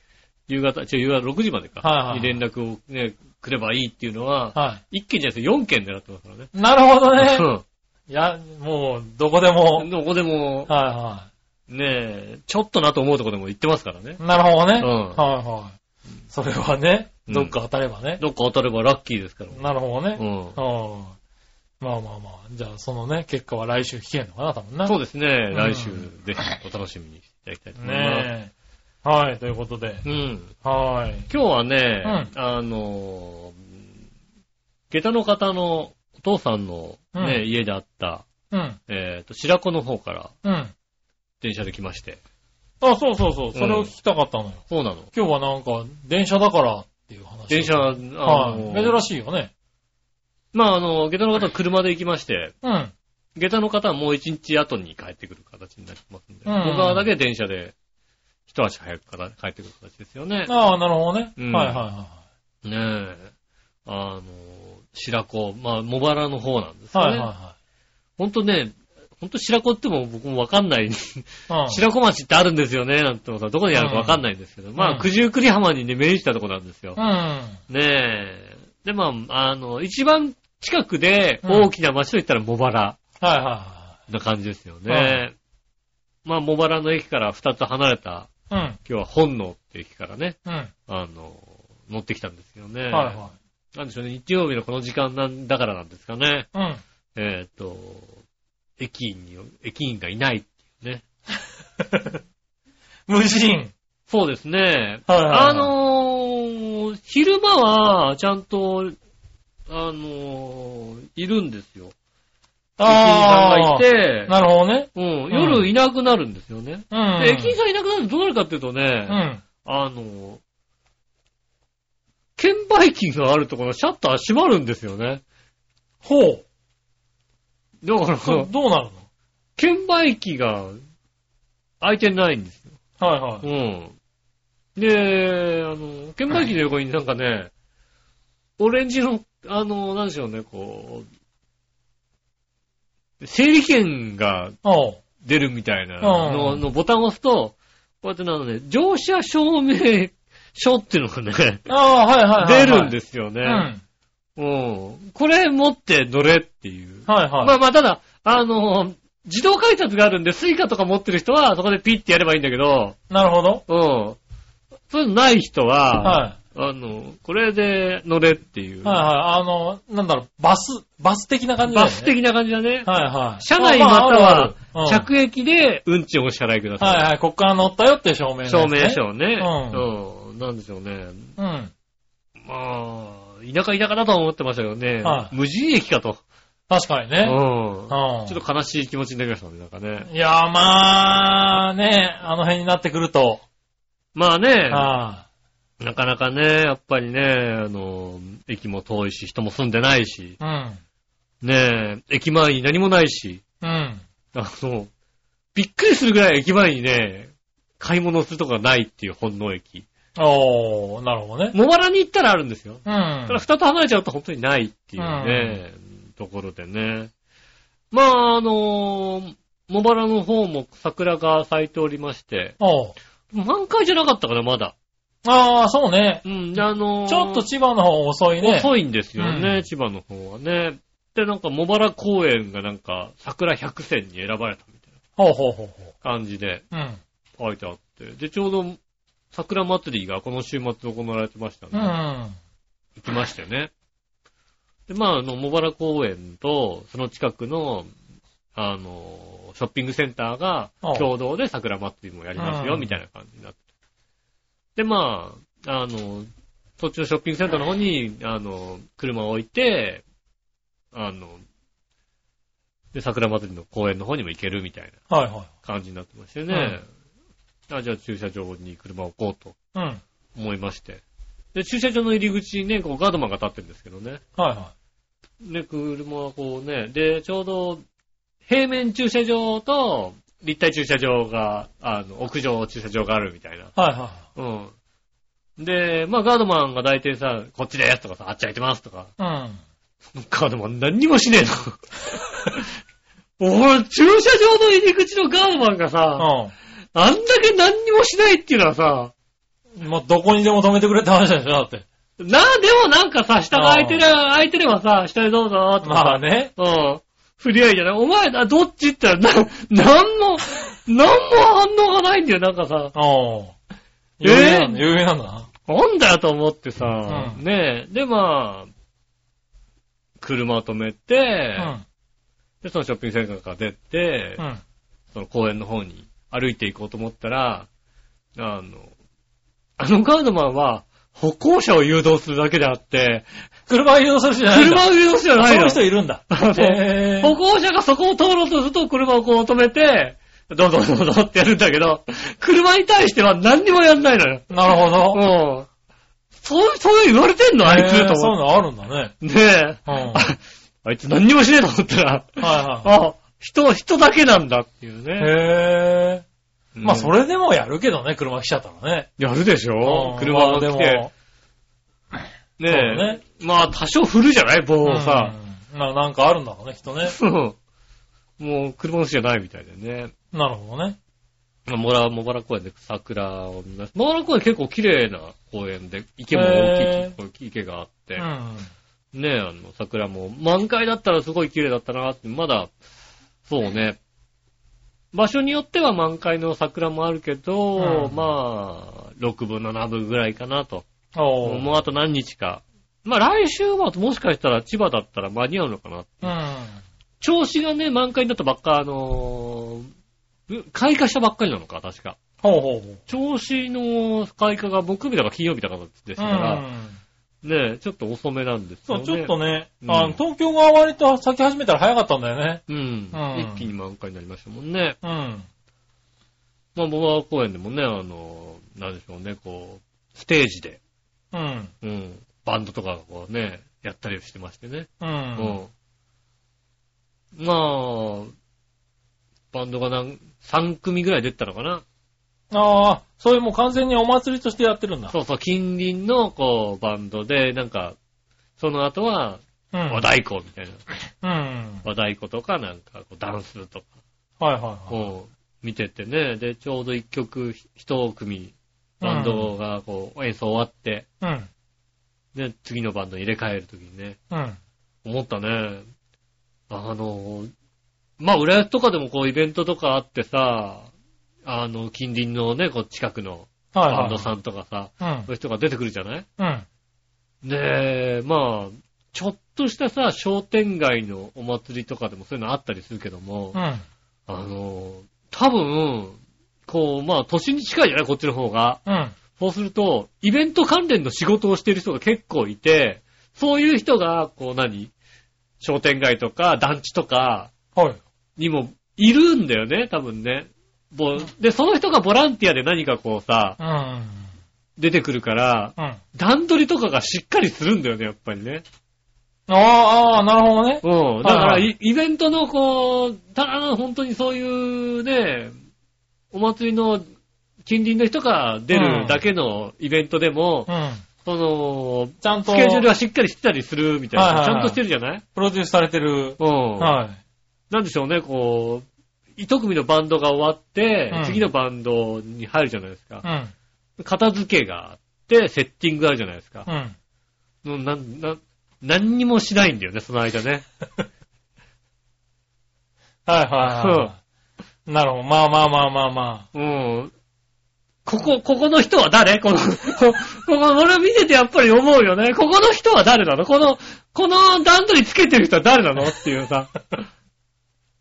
夕方、違う、夕方6時までか。はいはいに連絡をね、くればいいっていうのは、は1件じゃなくて4件狙ってますからね。い。なるほど (laughs) ね。ういや、もう、どこでもん。。どこでも、はいはねえ、ちょっとなと思うとこでも行ってますからね。い。なるほどね。うんはいはい。それはね、うんどっか当たればね。どっか当たればラッキーですから。なるほどね。ううん。ん。まあまあまあ。じゃあ、そのね、結果は来週聞けるのかな、多分な。そううですね。ん来週、ぜひお楽しみにしていただきたいと思います。ねえ。はい、ということで。うん。はい。今日はね、うあの、下駄の方のお父さんの、ねうん家であった、うん。えっ、と、白子の方からうん。電車で来まして。あ、そうそうそう。それを聞きたかったのよ。そうなの。今日はなんか、電車だからっていう話。電車、あはい。の、珍しいよね。まあ、あの、下駄の方は車で行きまして、うん。下駄の方はもう一日後に帰ってくる形になりますんで、うん僕はだけ電車で一足早くから帰ってくる形ですよね。ああ、なるほどね。うんはいはいはねえ。あの、白子、まあ、茂原の方なんですい。よね。はいはほんとね、ほんと白子っても僕もわかんない。いはい。白子町ってあるんですよね、なんてことはどこにあるかわかんないんですけど、まうあ、ん九十九里浜にね、面したとこなんですよう。ん。ねえ。で、まあ、あの、一番近くでうん大きな町といったら茂原はいはな感じですよね。まあ、茂原の駅から2つ離れた、いはい。今日は本能って駅からね、うん。うん。あの、乗ってきたんですけどね。はいはなんでしょうね、日曜日のこの時間なんだからなんですかね。い。うん。えっ、と、駅員に、駅員がいない。無人。そうですね。はいはいはいあのー昼間は、ちゃんと、あのーいるんですよ。ああ。駅員さんがいて、なるほどね。うん、ん夜いなくなるんですよね。うん。で駅員さんいなくなるとどうなるかっていうとね、うん。あの、券売機があるところのシャッター閉まるんですよね。ほう。だから、どどうなるの券売機が開いてないんですよ。はいはうい。ん。で、あの、券売機の横になんかね、オレンジの、あの、なんでしょうね、こう、整理券がおう。出るみたいなの,、うんのボタンを押すと、こうやってなのね、乗車証明書っていうのがね、ああ、はいはいは出い。るんす。ですよね。うん。はいうん。これ持って乗れっていう。はい。まあまあ、ただ、あの、自動改札があるんで、スイカとか持ってる人は、そこでピッてやればいいんだけど、なるほど。うん。そういうのない人は、はあの、これで乗れっていう。い。はいはい。あの、なんだろう、バス、バス的な感じだよバね。ス的な感じだね。はいはい。車内あまたああるはあるうん、着駅で運賃をお支払いくだはいさはい、こっから乗ったよっていう証明、い。ね、証明。書ね。ううん。なんでしょうね。うん。まあ、田舎田舎だと思ってましたけどね。はい無人駅かと。確かにうね。うん。ん。ちょっと悲しい気持ちになりましたね、なんかね。いやーまあ、ね、あの辺になってくると。まあね、あなかなかね、やっぱりね、あの、駅も遠いし、人も住んでないし、あねえ、駅前に何もないし、うん。うん。あの、びっくりするぐらい駅前にね、買い物するとこがないっていう本能駅。おー、なるほどね。茂原に行ったらあるんですよ。うただん。二つ離れちゃうと本当にないっていうね、ところでね。まあ、あの茂原の方も桜が咲いておりまして、おー。満開じゃなかったかな、まだ。ああ、そうね。うん、あのーちょっと千葉の方遅いね。遅いんですよね、うん千葉の方はね。で、なんか、茂原公園がなんか、桜百選に選ばれたみたいほうほうほうほな感じでう。うん。書いてあって。で、ちょうど、桜祭りがこの週末行われてましたね。うん。行はきましたよね。で、まあ、あの、茂原公園と、その近くの、あの、ショッピングセンターがおう共同で桜祭りもやりますよ、うんみたいな感じになって。で、まあ、あの、途中ショッピングセンターの方に、あの、車を置いて、あの、で、桜祭りの公園の方にも行けるみたいないは感じになってましてね。あじゃあ駐車場に車を置こうとい。うん。はい思いまして。で、駐車場の入り口にね、こうガードマンが立ってるんですけどね。はね、車はこうね、で、ちょうど、平面駐車場と、立体駐車場が、あの、屋上駐車場があるみたいな。い。はいはうん。で、まあ、ガードマンが大体さ、こっちですとかさ、あっち空いてますとか。い。うん。ガードマン何にもしねえ (laughs) の。俺、駐車場の入り口のガードマンがさ、あんだけ何にもしないっていうのはさ、うん。もうどこにでも止めてくれって話でしょ、だって。な、でもなんかさ、下が空いてる、空いてればさ、下でどうぞ、とかさまあね。うん。振り合いじゃない。お前、あどっちって言ったら、な、なんも、なんも反応がないんだよ。なんかさ、おー。えー有名なんだ、有名なんだな。なんだよと思ってさ、うんねえ。で、まあ、車を止めて、で、そのショッピングセンターから出て、うん。うん。その公園の方に歩いていこうと思ったら、あの、あのガードマンは、歩行者を誘導するだけであって、車を誘導する人じゃないんだ。車を誘導するじゃないそういのう。人いるんだ。そうへ歩行者がそこを通ろうとすると、車をこう止めて、どうぞどうぞってやるんだけど、車に対しては何にもやんないのよ。なるほど。うん。そう、そう言われてんのあいつへーとそうい思うのあるんだね。って。ねえ。うん。はいああいつ何にもしねえと思ったら、はあ、人、人だけなんだっていうい。ね。へうぇんまあ、それでもやるけどね、車来ちゃったらね。やるでしうょん車がで来もて。そうねえ。ね。まあ、多少振るじゃない棒をさ。うんななんかあるんだろうね、きっとね。うん (laughs) もう、車の人じゃないみたいでね。なるほどね。まあ、茂原、茂原公園で桜を見ます。茂原公園結構綺麗な公園で、池もへ大きい、池があって、うん。ねえ、あの、桜も、満開だったらすごい綺麗だったなって、まだ、そうね。場所によっては満開の桜もあるけど、うんまあ、6分、7分ぐらいかなと。おーもうあと何日か。まあ来週はもしかしたら千葉だったら間に合うのかな。うん。調子がね、満開になったばっか、あのーう開花したばっかりなのか、確か。ほうほうほう。調子の開花が木曜日だか金曜日だかですうから、ん。ねえ、ちょっと遅めなんですよそう、ね。ちょっとね、うんあの、東京が割と咲き始めたら早かったんだよね。うん。うん一気に満開になりましたもんね。うん。まあ、ボバ公園でもね、あのーなんでしょうね、こう、ステージで、うん。うん、バンドとかがこうね、やったりしてましてね。うう。んん。まあ、バンドが何、3組ぐらい出てたのかな。ああ、そういうもう完全にお祭りとしてやってるんだ。そうそう、近隣の、こう、バンドで、なんか、その後は、うん。和太鼓みたいな。うん。はい和太鼓とか、なんか、こうダンスとか、はいはい。こう、見ててね。で、ちょうど一曲、一組、バンドが、こう、演奏終わって、うん。で、次のバンドに入れ替えるときにね、うん。思ったね。あの、まあ、浦安とかでもこう、イベントとかあってさ、あの、近隣のね、こう、近くのはいバンドはさんとかさ、い。うんそういう人が出てくるじゃないうん。で、まあ、ちょっとしたさ、商店街のお祭りとかでもそういうのあったりするけども、うん。あの、多分、こう、まあ、都心に近いじゃないこっちの方が。うん。そうすると、イベント関連の仕事をしている人が結構いて、そういう人が、こう何商店街とか団地とかはい。にもいるんだよね、多分ね。ぼで、その人がボランティアで何かこうさ、うん。出てくるから、うん。段取りとかがしっかりするんだよね、やっぱりね。ああ、ああ、なるほどね。うん。だかはらいイ、イベントの、こう、ただ、本当にそういうね、お祭りの近隣の人が出うんるだけのイベントでも、うん。その、ちゃんスと、ケジュールはしっかりしてたりするみたいな。はいはいはいちゃんとしてるじゃないプロデュースされてる。うん。はなんでしょうね、こう、一組のバンドが終わって、うん次のバンドに入るじゃないですかい。う。ん。片付けがあって、セッティングあるじゃないですか。うん。のな、な、何にもしないんだよね、その間 (laughs) ね。はいはいはい。なるほど。まあまあまあまあまうん。ここ、ここの人は誰この、 (laughs) ここ、俺見ててやっぱり思うよね。ここの人は誰なのこの、この段取りつけてる人は誰なのっていうさ。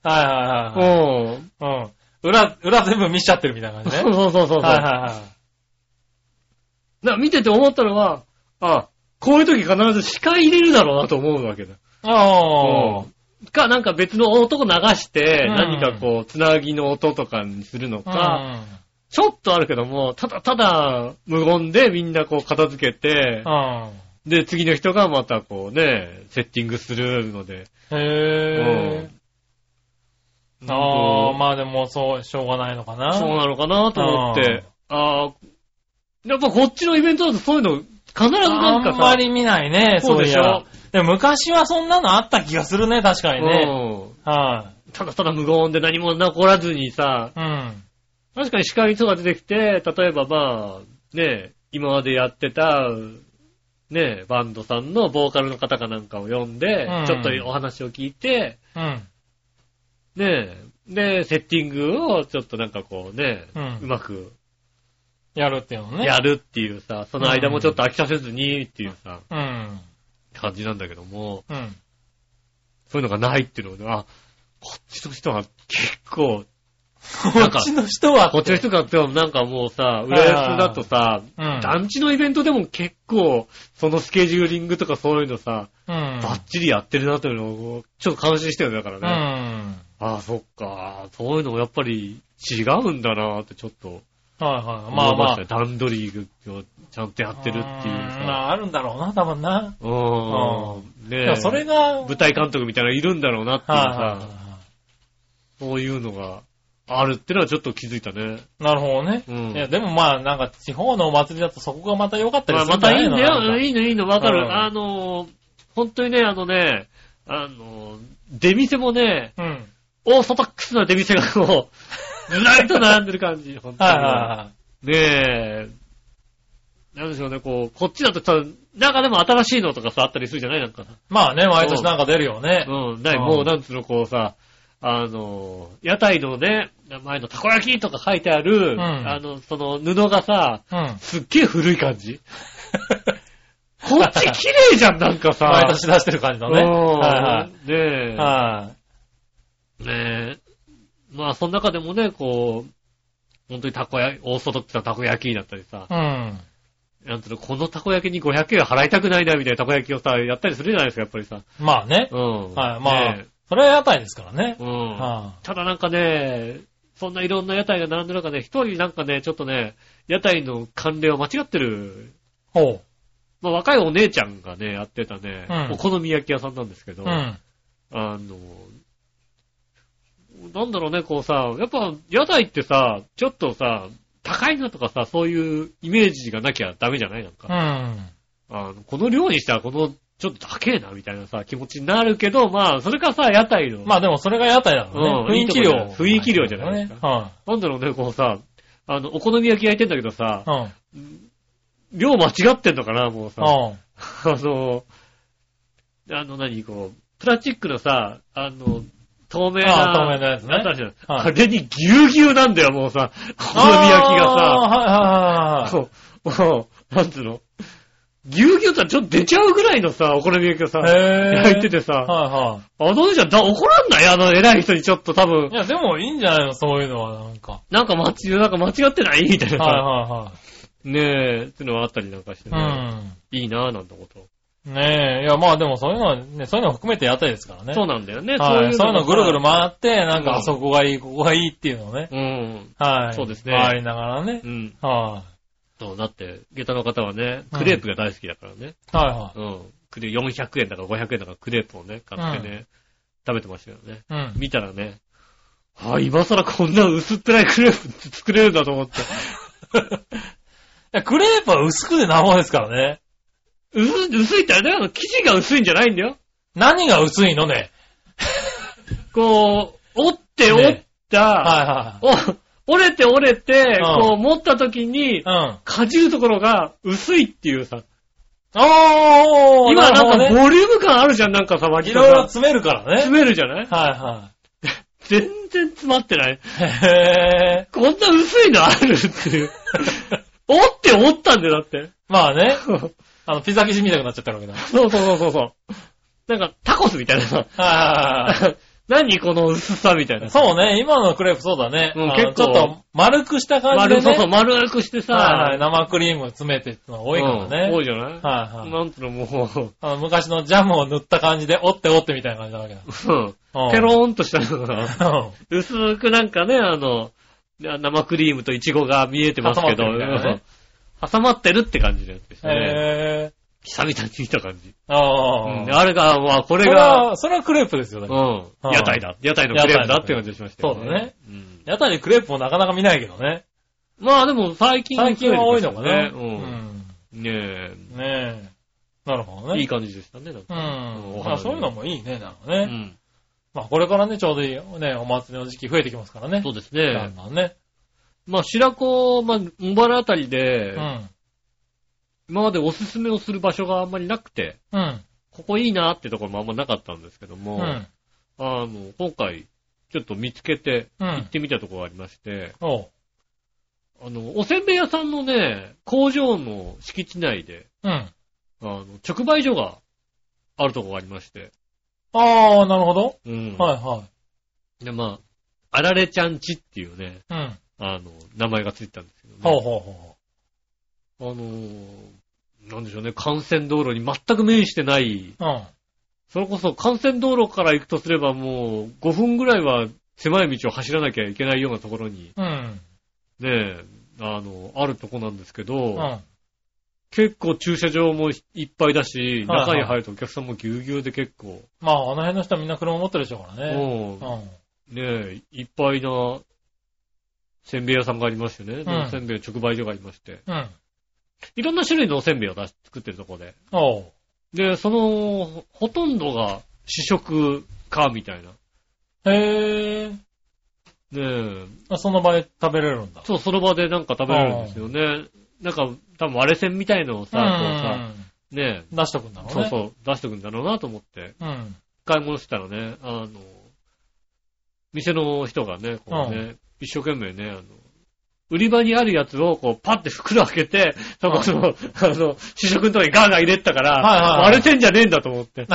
あ。 (laughs) はいはいはいはい。うん。うん。裏、裏全部見しちゃってるみたいな感じね。そうそうそうそう。はいはいはい。な見てて思ったのは、あ、こういう時必ず司会入れるだろうなと思うわけだ。ああ。か、なんか別の音を流して、うん何かこう、つなぎの音とかにするのか、ちょっとあるけども、ただただ無言でみんなこう片付けて、うん。で、次の人がまたこうね、セッティングするので。うん。へえ。うんああ、あまあでも、そう、しょうがないのかな。そうなのかなと思って。ああ、やっぱこっちのイベントだとそういうの、必ずなんかあさ。んまり見ないね、そそううでいしょや。でも昔はそんなのあった気がするね、確かにね。うはんただただ無言で何も残らずにさ、い。うん。確かに司会の人が出てきて、例えばまあ、ね、今までやってた、ね、バンドさんのボーカルの方かなんかを呼んで、うんちょっとお話を聞いて、うん。ねえ、で、セッティングをちょっとなんかこうね、ううんまくやるっていうのね。やるっていうさ、その間もちょっと飽きさせずにっていうさ、うん。感じなんだけども、うん。そういうのがないっていうのが、あこっちの人は結構、こっちの人は、こっちの人がなんかもうさ、浦安だとさ、うん団地のイベントでも結構、そのスケジューリングとかそういうのさ、うん。バッチリやってるなというのを、ちょっと感心したよね、だからうね。ん。ああ、そっか、そういうのもやっぱり違うんだなってちょっと。はいはい。ままああままああ。。段取りをちゃんとやってるっていうーんまさ。あ、あるんだろうな、多分な。うーん。いねや、え。それが、舞台監督みたいなのいるんだろうなっていうはいはいさ、はそういうのがあるってのはちょっと気づいたね。い。なるほどね。うんいや、でもまあ、なんか、地方のお祭りだとそこがまた良かったりまあすまるんじゃたないいのんだよ。なんかいいのいいの、わかうんる。あのー、本当にね、あのね、あのー、出店もね、うん。オーソドックスな出店がこう、ずらりと並んでる感じ。本当はいにはいはい。ねえ。なんでしょうね、こう、こっちだとさ、なんかでも新しいのとかさ、あったりするじゃないなんかさ。まあね、毎年なんか出るよね。うん、ない、うんもうなんつうの、こうさ、あの、屋台のね、名前のたこ焼きとか書いてある、んあの、その布がさ、うん。すっげえ古い感 (laughs) じ。こっち綺麗じゃん、なんかさ。毎年出してる感じのね。うんはねえいはい。。はい。ねえ。まあ、その中でもね、こう、本当にたこ焼き、オーソドックスなたこ焼きだったりさ、うん。なんつうの、このたこ焼きに500円払いたくないな、みたいなたこ焼きをさ、やったりするじゃないですか、やっぱりさ。まあね。うん。はい。まあね、それは屋台ですからねえ。うん。はただなんかね、そんないろんな屋台が並んでる中で、一人なんかね、ちょっとね、屋台の関連を間違ってる、い。ほう。まあ、若いお姉ちゃんがね、やってたね、うんお好み焼き屋さんなんですけど、うん。あの、なんだろうね、こうさ、やっぱ屋台ってさ、ちょっとさ、高いなとかさ、そういうイメージがなきゃダメじゃないなんうか、ん。あのこの量にしたらこの、ちょっと高えな、みたいなさ、気持ちになるけど、まあ、それかさ、屋台の、まあでもそれが屋台だろうんうね。雰囲気い量。いとこじゃない雰囲気量じゃないですか。なんだろうね、こうさ、あの、お好み焼き焼いてんだけどさ、うん。うん。量間違ってんのかな、もうさ。うん。あの、あの何、こう、プラスチックのさ、あの、透明な、あ透明なやつねあったじゃんはいあれにぎゅうぎゅうなんだよ、もうさ、お好み焼きがあーはいはいはいはい。さ、そう、もう、なんつうの、ぎゅうぎゅうってちょっと出ちゃうぐらいのさ、お好み焼きがさ、へー焼いててさ、はいはあのじゃんだ怒らんないあの偉い人にちょっと多分い。い、や、でもいいんじゃないのそういうのは、な (laughs) んか。なんか間違なんか間違ってないみたいなさ、はねえ、っていうのはあったりなんかしていはいね、はい。いいなぁなんてこと。うん。ねえ、いやまあでもそういうのは、ね、そういうのを含めて屋台ですからね。そうなんだよね、はい。そういうのをぐるぐるま回って、なんうんかあそこがいい、ここがいいっていうのをね。うん。はい。そうですね回りながらねう。ん。はそう、だって、下駄の方はね、クレープが大好きだからね。い。はいうはん。クレ400円だか500円だかクレープをね、買ってね、食べてましたよね。い。うん。見たらね、ああ、今更こんな薄っぺらいクレープって作れるんだと思って。いや、クレープは薄くでなんぼですからね。薄い、薄いってあれだよ、あの生地が薄いんじゃないんだよ。何が薄いのね。こう、折って折った、はお折れて折れて、うんこう持った時にいはい。、うん。かじるところが薄いっていうさ、おー今なんかね、ボリューム感あるじゃん、なんかさ、割いとろいろさ、詰めるからね。詰めるじゃないは全然詰まってない。いはい。へー。こんな薄いのあるって (laughs) いう。折って折ったんだよ、だって。まあね、そうあの、ピザ生地みたくなっちゃったわけだ。はいそうそうそうそう。なんか、タコスみたいなさ。はいはいは何この薄さみたいい。な。そうね、今のクレープそうだね。うんあの結構ちょっと丸くした感じで丸、ね。そうそう、丸くしてさ。はいはい、生クリーム詰めてってのが多いからうんね。多いじゃないはいはい。なんつうのもあの昔のジャムを塗った感じで、折って折ってみたいな感じなわけだ。う、うんペローンとしたのが、ン。薄くなんかね、あの、生クリームとイチゴが見えてますけど、挟まってるみたいなうねん挟まってるって感じのやつでしたね。へ久々に見た感じ。ー。ああ。うんあれが、まあ、こそれれが、は、それはクレープですよ。だからうん。ん屋台だ。屋台のクレープだって感じがしましたよそうだね。うん屋台でクレープもなかなか見ないけどね。まあでも最近最近は多いのかね。うん。ねねえ。なるほどえ。ね。いい感じでしたね。なんうかん。お花まあそういうのもいいね、なるほどうね。ん。まあこれからね、ちょうどいいね、お祭りの時期増えてきますからね。そうですだねん。だんね。まあ白子、まあ、茂原あたりでう、ん。今までおすすめをする場所があんまりなくて、うん。ここいいなってところもあんまなかったんですけどうも、あん。の、今回、ちょっと見つけてう行っん。てみたところがありまして、おう。あの、おせんべい屋さんのね、工場の敷地内で、うん。あの、直売所があるところがありまして、ああ、なるほど。うん。はいはで、まあ、あられちゃんちっていうね、い。うん。あの、名前がついてたんですけどほうね。ほうほあのーなんでしょうね、幹線道路に全く面してない、う。うん。それこそ幹線道路から行くとすればもう5分ぐらいは狭い道を走らなきゃいけないようなところに、うん。ねえ、あの、あるとこなんですけうど、ん。結構駐車場もいっぱいだし、はいはい中に入るとお客さんもぎゅうぎゅうで結構、まああの辺の人はみんな車持ってるでしょうからね。もううん。はいねえ、いっぱいな、せんべい屋さんがありましてね、でうんせんべい直売所がありまして、うん。いろんな種類のおせんべいを出し作ってるとこで。おう。で、その、ほとんどが試食か、みたいな。へえ。ねえ、あその場で食べれるんだ。そう、その場でなんか食べれるんですよね。なんか、多分割れ線みたいのをさ、こうさ、ねうん出しとくんだろうね。そうそう、出してくんだろうなと思って、うん。買い物してたらね、あの、店の人がね、こうね、う一生懸命ね、あの、売り場にあるやつを、こう、パッて袋開けて、多分その、あの、試食のとこにガーガー入れてたから、はいはいはい割れてんじゃねえんだと思って。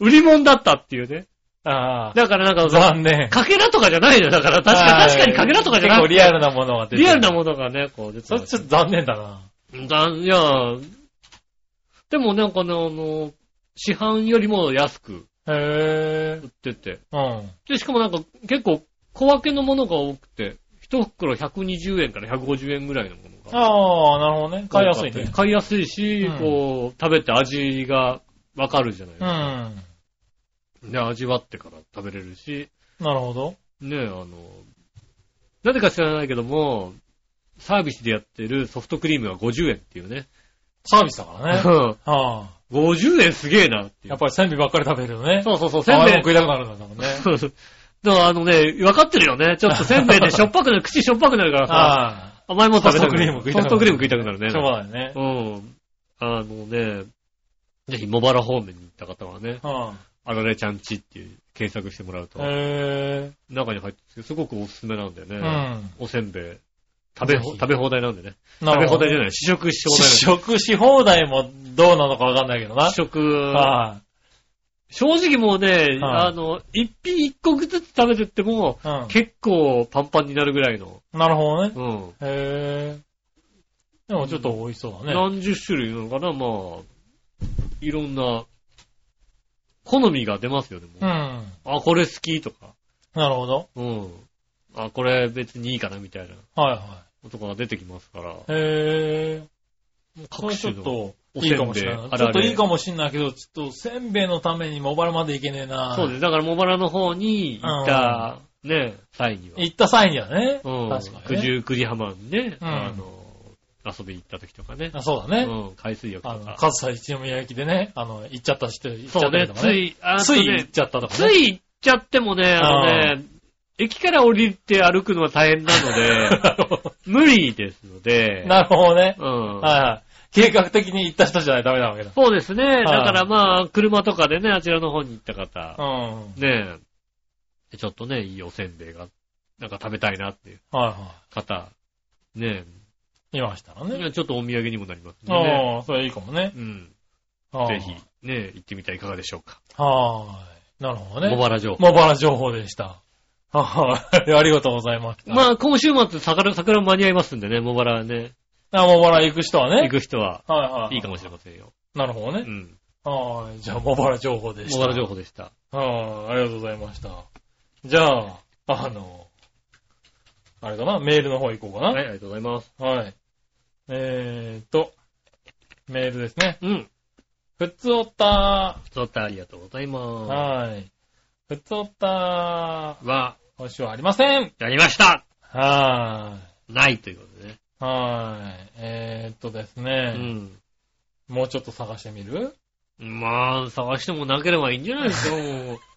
売り物だったっていうね。ああ。だからなんかさ、残念。かけらとかじゃないのよ。だから、確かはい確かにかけらとかじゃない。結構リアルなものが出てる。リアルなものがね、こう出てそたれちょっと残念だな。だいや、でもなんかね、あの、市販よりも安くへ売ってて。ぇー。うん。で、しかもなんか結構小分けのものが多くて、一袋120円から150円ぐらいのものが。ああ、なるほどね。買いやすいね。買いやすいし、うんこう、食べて味がわかるじゃないですうん。か。なで、味わってから食べれるし、るほど。ねえ、あの、なぜか知らないけども、サービスでやってるソフトクリームは50円っていうね。サービス (laughs) だからね。 50ああ。円すげえなっていうやっぱりせんべいばっかり食べるよね。そうそうそう、せあんあべれいも。食いたくなるんだ、多分ね。 (laughs) そうそう。だからあのね、分かってるよね。ちょっとせんべいでしょっぱくなる、口しょっぱくなるからさ、あ甘いもん食べたくなる。ソフトクリーム食いたくなるソフトクリーム食いたくなるね。あ。しょうがないね。うん。あのね、ぜひ、茂原方面に行った方はね、うん。あられちゃんちっていう検索してもらうと、へ中に入ってて、すごくおすすめなんだよぇー。うね。ん。おせんべい。食べほ、ぜひ食べ放題なんでね。な食べる放ほど題じ。ゃない。試食し放題試食し放題もどうなのかわかんないけどなな。んで試食、は正直もうね、はいあの、一品一個ずつ食べてっても、い。う結構パンパンになるぐらいの、ん。なるほどね。うん。へぇー。でもちょっと多いそうだね。何十種類なのかな、まあ、いろんな、好みが出ますよね、うもう。ん。あ、これ好きとか、なるほど。うん。あ、これ別にいいかな、みたいなはいはとかが出てきますから。い。へぇー。これちょっの。と、いいかもしれなおせんべいい。あちられょっといいかもしれないけど、ちょっと、せんべいのためにモバルまでいけねえなそうです。だから、茂原の方に行った、ね、際には。行った際にはね。うん。確か九にね。十九里浜にね、うんあの、遊びに行った時とかね。あそうだね。うん、海水浴あとの、か。かつさ一宮駅でね、あの、行っちゃったして、行っちゃそうったけねど、つね。い、あつといね行っちゃったとかつね。い行っちゃってもね、あのね、駅から降りて歩くのは大変なの (laughs) で、無理ですので、なるほどね。うんはいはい。計画的に行った人じゃないとダメなわけだ。そうですね、だからまあ、車とかでね、あちらの方に行った方う、ん。ねえ、ちょっとね、いいおせんべいが、なんか食べたいなっていうはいは方、ねい。いましたらえ、ね。ちょっとお土産にもなりますんでね、ああ、それいいかもね。うん、ああぜひ、ねえ、行ってみてはいかがでしょうか。はーい。なるほど茂ね。原城。茂原情報でした。はい。ありがとうございました。まあ、今週末、桜、桜間に合いますんでね、茂原ね、あ、茂原行く人はね。行く人は、はいはい。いいかもしれれませんよ。ない。なるほどうね。ん。はーい。じゃあ、茂原情報でし茂た。原情報でした。報。はい。ありがとうございました。じゃあ、あの、あれかな、メールの方行こうかはな。い、ありがとうございます。はい。えーっと、メールですね。うん。ふつおったちょっとありがとうございー。まはい。ふつおったー。す。は、今週はありません。やりましたはーい。ないということでね。はい。えー、っとですうね、ん。もうちょっと探してみるまあ、探してもなければいいんじゃないですか、も (laughs)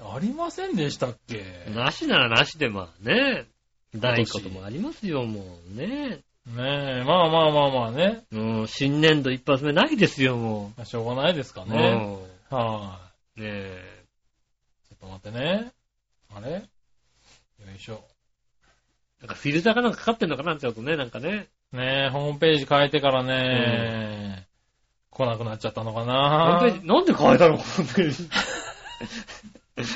ありませんでしたっけう。なしならなしで、まあね。ない年こともありますよ、もうね。ねえ、まあまあまあまあね。うん、新年度一発目ないですよ、もしょうがないですかう。ね。はうん。ねえ。い。ちょっと待ってね。あれよいしょ。なんかフィルターかなんかかかってんのかな、ちょっとね、なんかね。ねえ、ホームページ変えてからね、来なくなっちゃったのかなホームページ、なんで変えたの、ホームペー (laughs) ジ。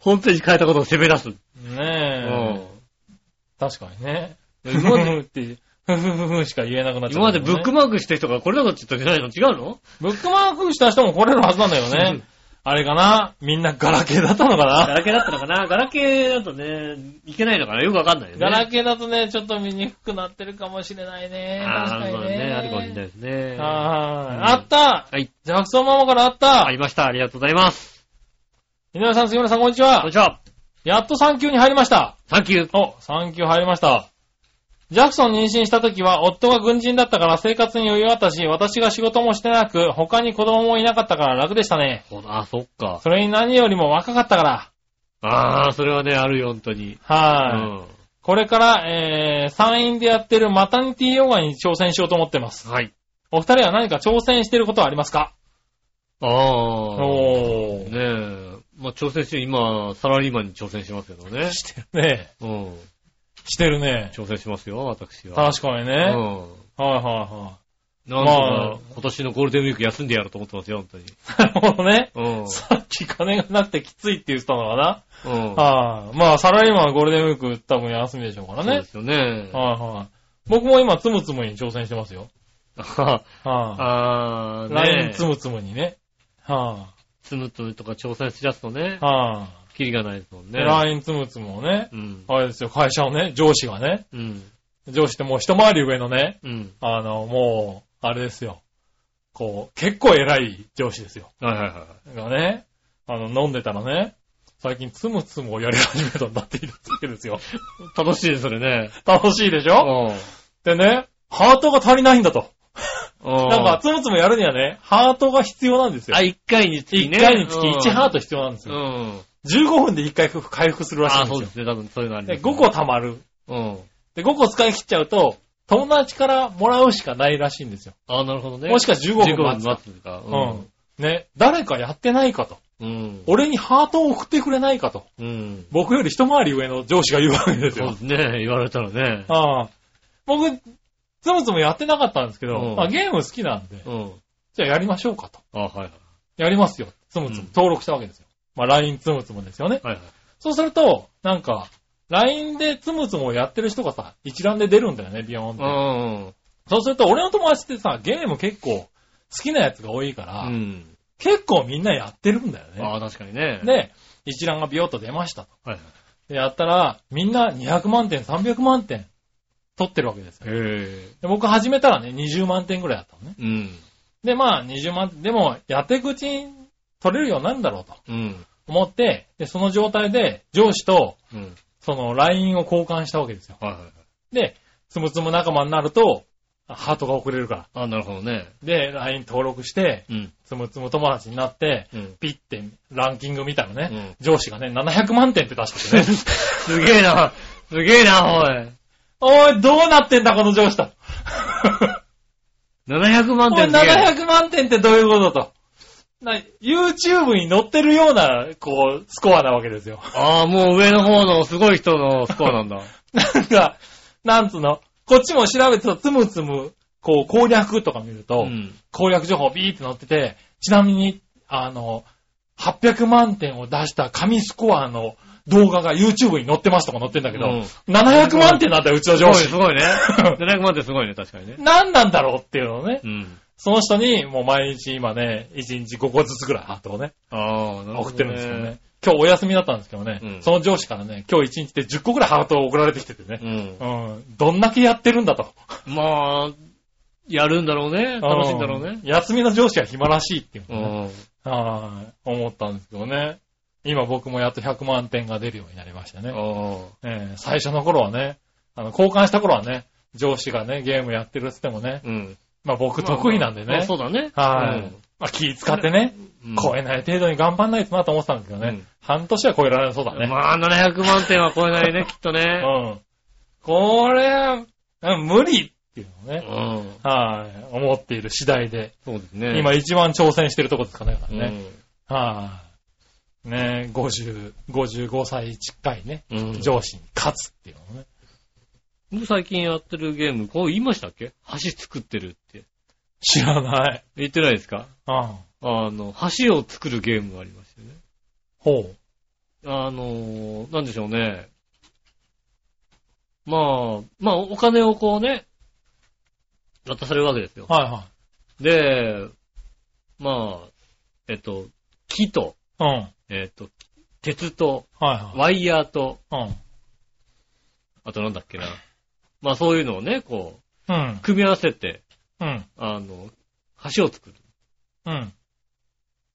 ホームページ変えたことを責め出す。うねえ、ん。確かにね。ふ今までふふって、ふふふふしか言えなくなっちゃった、今までブックマークした人がこれなかったんじゃないの違うのブックマークした人も来れるはずなんだようねん。あれかなみんなガラケーだったのかガなラケーだったのかなガラケーだとね、いけないのかなよくわかんないよね。ガラケケーだとね、ちょっと見にくくなってるかもしれないね。あ確あ、かそうにだね。ね。あるかもしれないですね。はーいうんあったはい。ジャクソンママからあったありました。ありがとうございます。井上さん、杉村さん、こんにちこんはに。ちは。やっと3級に入りました。サンキュー。お、3級入りました。ジャクソン妊娠した時は、夫が軍人だったから生活に余裕あったし、私が仕事もしてなく、他に子供もいなかったから楽でしたね。ほなあ、そっか。それに何よりも若かったから。ああ、それはね、あるよ、本当に。はーい。うん。これから、えー、参院でやってるマタニティヨガに挑戦しようと思ってます。はい。お二人は何か挑戦してることはありますかああ。おね。え。まあ、挑戦して、今、サラリーマンに挑戦しますけどね。してるね。うん。してるね。挑戦しますよ、私は。確かにね。はいうん。はいはなんまあとか、今年のゴールデンウィーク休んでやろうと思ってますよ、本当に。い。なるほどね。うん。さっき金がなくてきついって言ってたのかな。うん。はい、まあ、サラリーマンはゴールデンウィーク多分休みでしょうからそうでね。すよね。はいはい。僕も今、つむつむに挑戦してますよ。あは (laughs) あい、ー、ライね LINE つむつむにね。はつむつむとか挑戦しだすとねい、、はい、キリがないですもんね。で LINE つむつむをね、うん。あれですよ、会社をね、上司がね、うん。上司ってもう一回り上のね、うん。あの、もう、あれですよ。こう、結構偉い上司ですよ。はいはいはがね、あの、飲んでたらね、最近つむつむをやり始めたんだって言うわけですよ。い。楽しいです、それね。楽しいでしうょん。でね、ハートが足りないんだと。うんなんか、つむつむやるにはね、ハートが必要なんですよあ、。1回につきね。 1回につき1ハート。ト必要なんですうよ。ん。 15分で1回回復するらしいあんでそうすでよ。すね。多分そういうのありますで、ね。 5個貯まる。うん。で、5個使い切っちゃうと、友達からもらうしかないらしいんですよ。あなるほどね。もしかして15 15分分待つ待つか。うん。ね、誰かやってないかと。うん。うん。俺にハートを送ってくれないかと。うん。僕より一回り上の上司が言うわけですそうよで。すね。言われたらね。ああ。僕、つむつむやってなかったんですけど、うんまあ、ゲーム好きなんで、うん。じゃあやりましょうかと。あはいはい。やりますよ。つむつむ。うん登録したわけですよ。まあ、LINE つむつむですよね。はいはい。そうすると、なんか、LINE でつむつむをやってる人がさ、一覧で出るんだよね、ビヨーンって。うん。そうすると、俺の友達ってさ、ゲーム結構好きなやつが多いから、うん。結構みんなやってるんだよね。ああ、確かにね。。で、一覧がビヨーっと出ましたと。はいで、やったら、みんな200万点、300万点取ってるわけですよ。はい。へで僕始めたらね、20万点ぐらいだったのね。え。うん。で、まあ、20万、でも、やっていくうちに取れるようになるんだろうとうん。思って、で、その状態で上司と、うん。その LINE を交換したわけですよ。はいはいはい。で、つむつむ仲間になると、ハートが送れるから。あなるほどね。で、LINE 登録して、うん。つむつむ友達になって、うん。ピッてランキング見たらね、うん上司がね、700万点って出し (laughs) てね、すげえな。すげえな、おい。おい、どうなってんだ、この上司と。 700万おい点すげえな700万点ってどういうことと。な YouTube に載ってるような、こう、スコアなわけですよ。ああ、もう上の方のすごい人のスコアなんだ。なんか、なんつうの、こっちも調べてたつむつむ、こう、攻略とか見るうと、ん。攻略情報ビーって載ってて、ちなみに、あの、800万点を出した紙スコアの動画が YouTube に載ってますとか載ってんだけど、うん700万点なんだよ、うちのすご上い、司す。ごい (laughs) ね。700万点すごいね、確かにね。何なんだろうっていうのをね、うん。その人にもう毎日今ね、1日5個ずつぐらいハートをね、ああ、なるほど、ね。送ってるんですけどね。。今日お休みだったんですけどね、うんその上司からね、今日1日で10個ぐらいハートを送られてきててね、うんう。ん、どんだけやってるんだと。まあ、やるんだろうね。楽しいんだろうねん。休みの上司は暇らしいっていううのね、ん。はい思ったんですけどね。今僕もやっと100万点が出るようになりましたね。あえー最初の頃はね、あの、交換した頃はね、上司がね、ゲームやってるって言ってもねあ。、うん。まあ僕得意なんでまあまねあ、そうだね。はい、まあ気使ってね、うん。超えない程度に頑張んないとなと思ってたんですけどね、うん半年は超えられなそうだうん。ね。まあ、700万点は超えないね、きっとう (laughs) ね。ん。これは、うん無理っていうのをうね、ん。はい、思っている次第で、そうですね。今一番挑戦してるとこですかね、だからね。ね。はい、ねえ、50、55歳近いね、うん。上司に勝つっていうのね。僕最近やってるゲーム、こう言いましたっけ橋作ってるって。知らない。言ってないですかうん。あの、橋を作るゲームがありましてね。ほあのー、なんでしょうね。まあ、まあ、お金をこうね、渡されるわけですよう。。はで、まあ、えっと、木と、いはい。うん。えっと、鉄と、はワイヤーと、いはい。あとなんだっけな。まあそういうのをね、こう、うん。うん。組み合わせて、うん。あの、橋を作る。うん。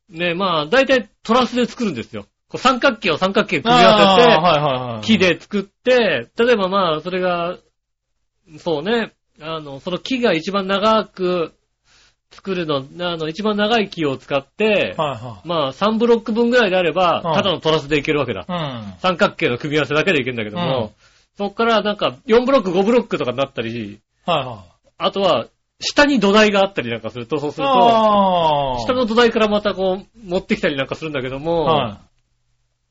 で、まあ、大体トラスで作るんですよ。こう三角形を三角形組み合わせて、あーはいはいはい。木。で作って、例えばまあ、それが、そうね、あの、その木が一番長く作るの、あの、一番長い木を使って、はまあ、3ブロック分ぐらいであれば、うんただのトラスでいけるわけだ。いはい。三角形の組み合わせだけでいけるんだけども、そっからなんか4ブロック5ブロックとかになったり、はいはあとは下に土台があったりなんかすると、そうすい。ると、ああ。下の土台からまたこう持ってきたりなんかするんだけども、は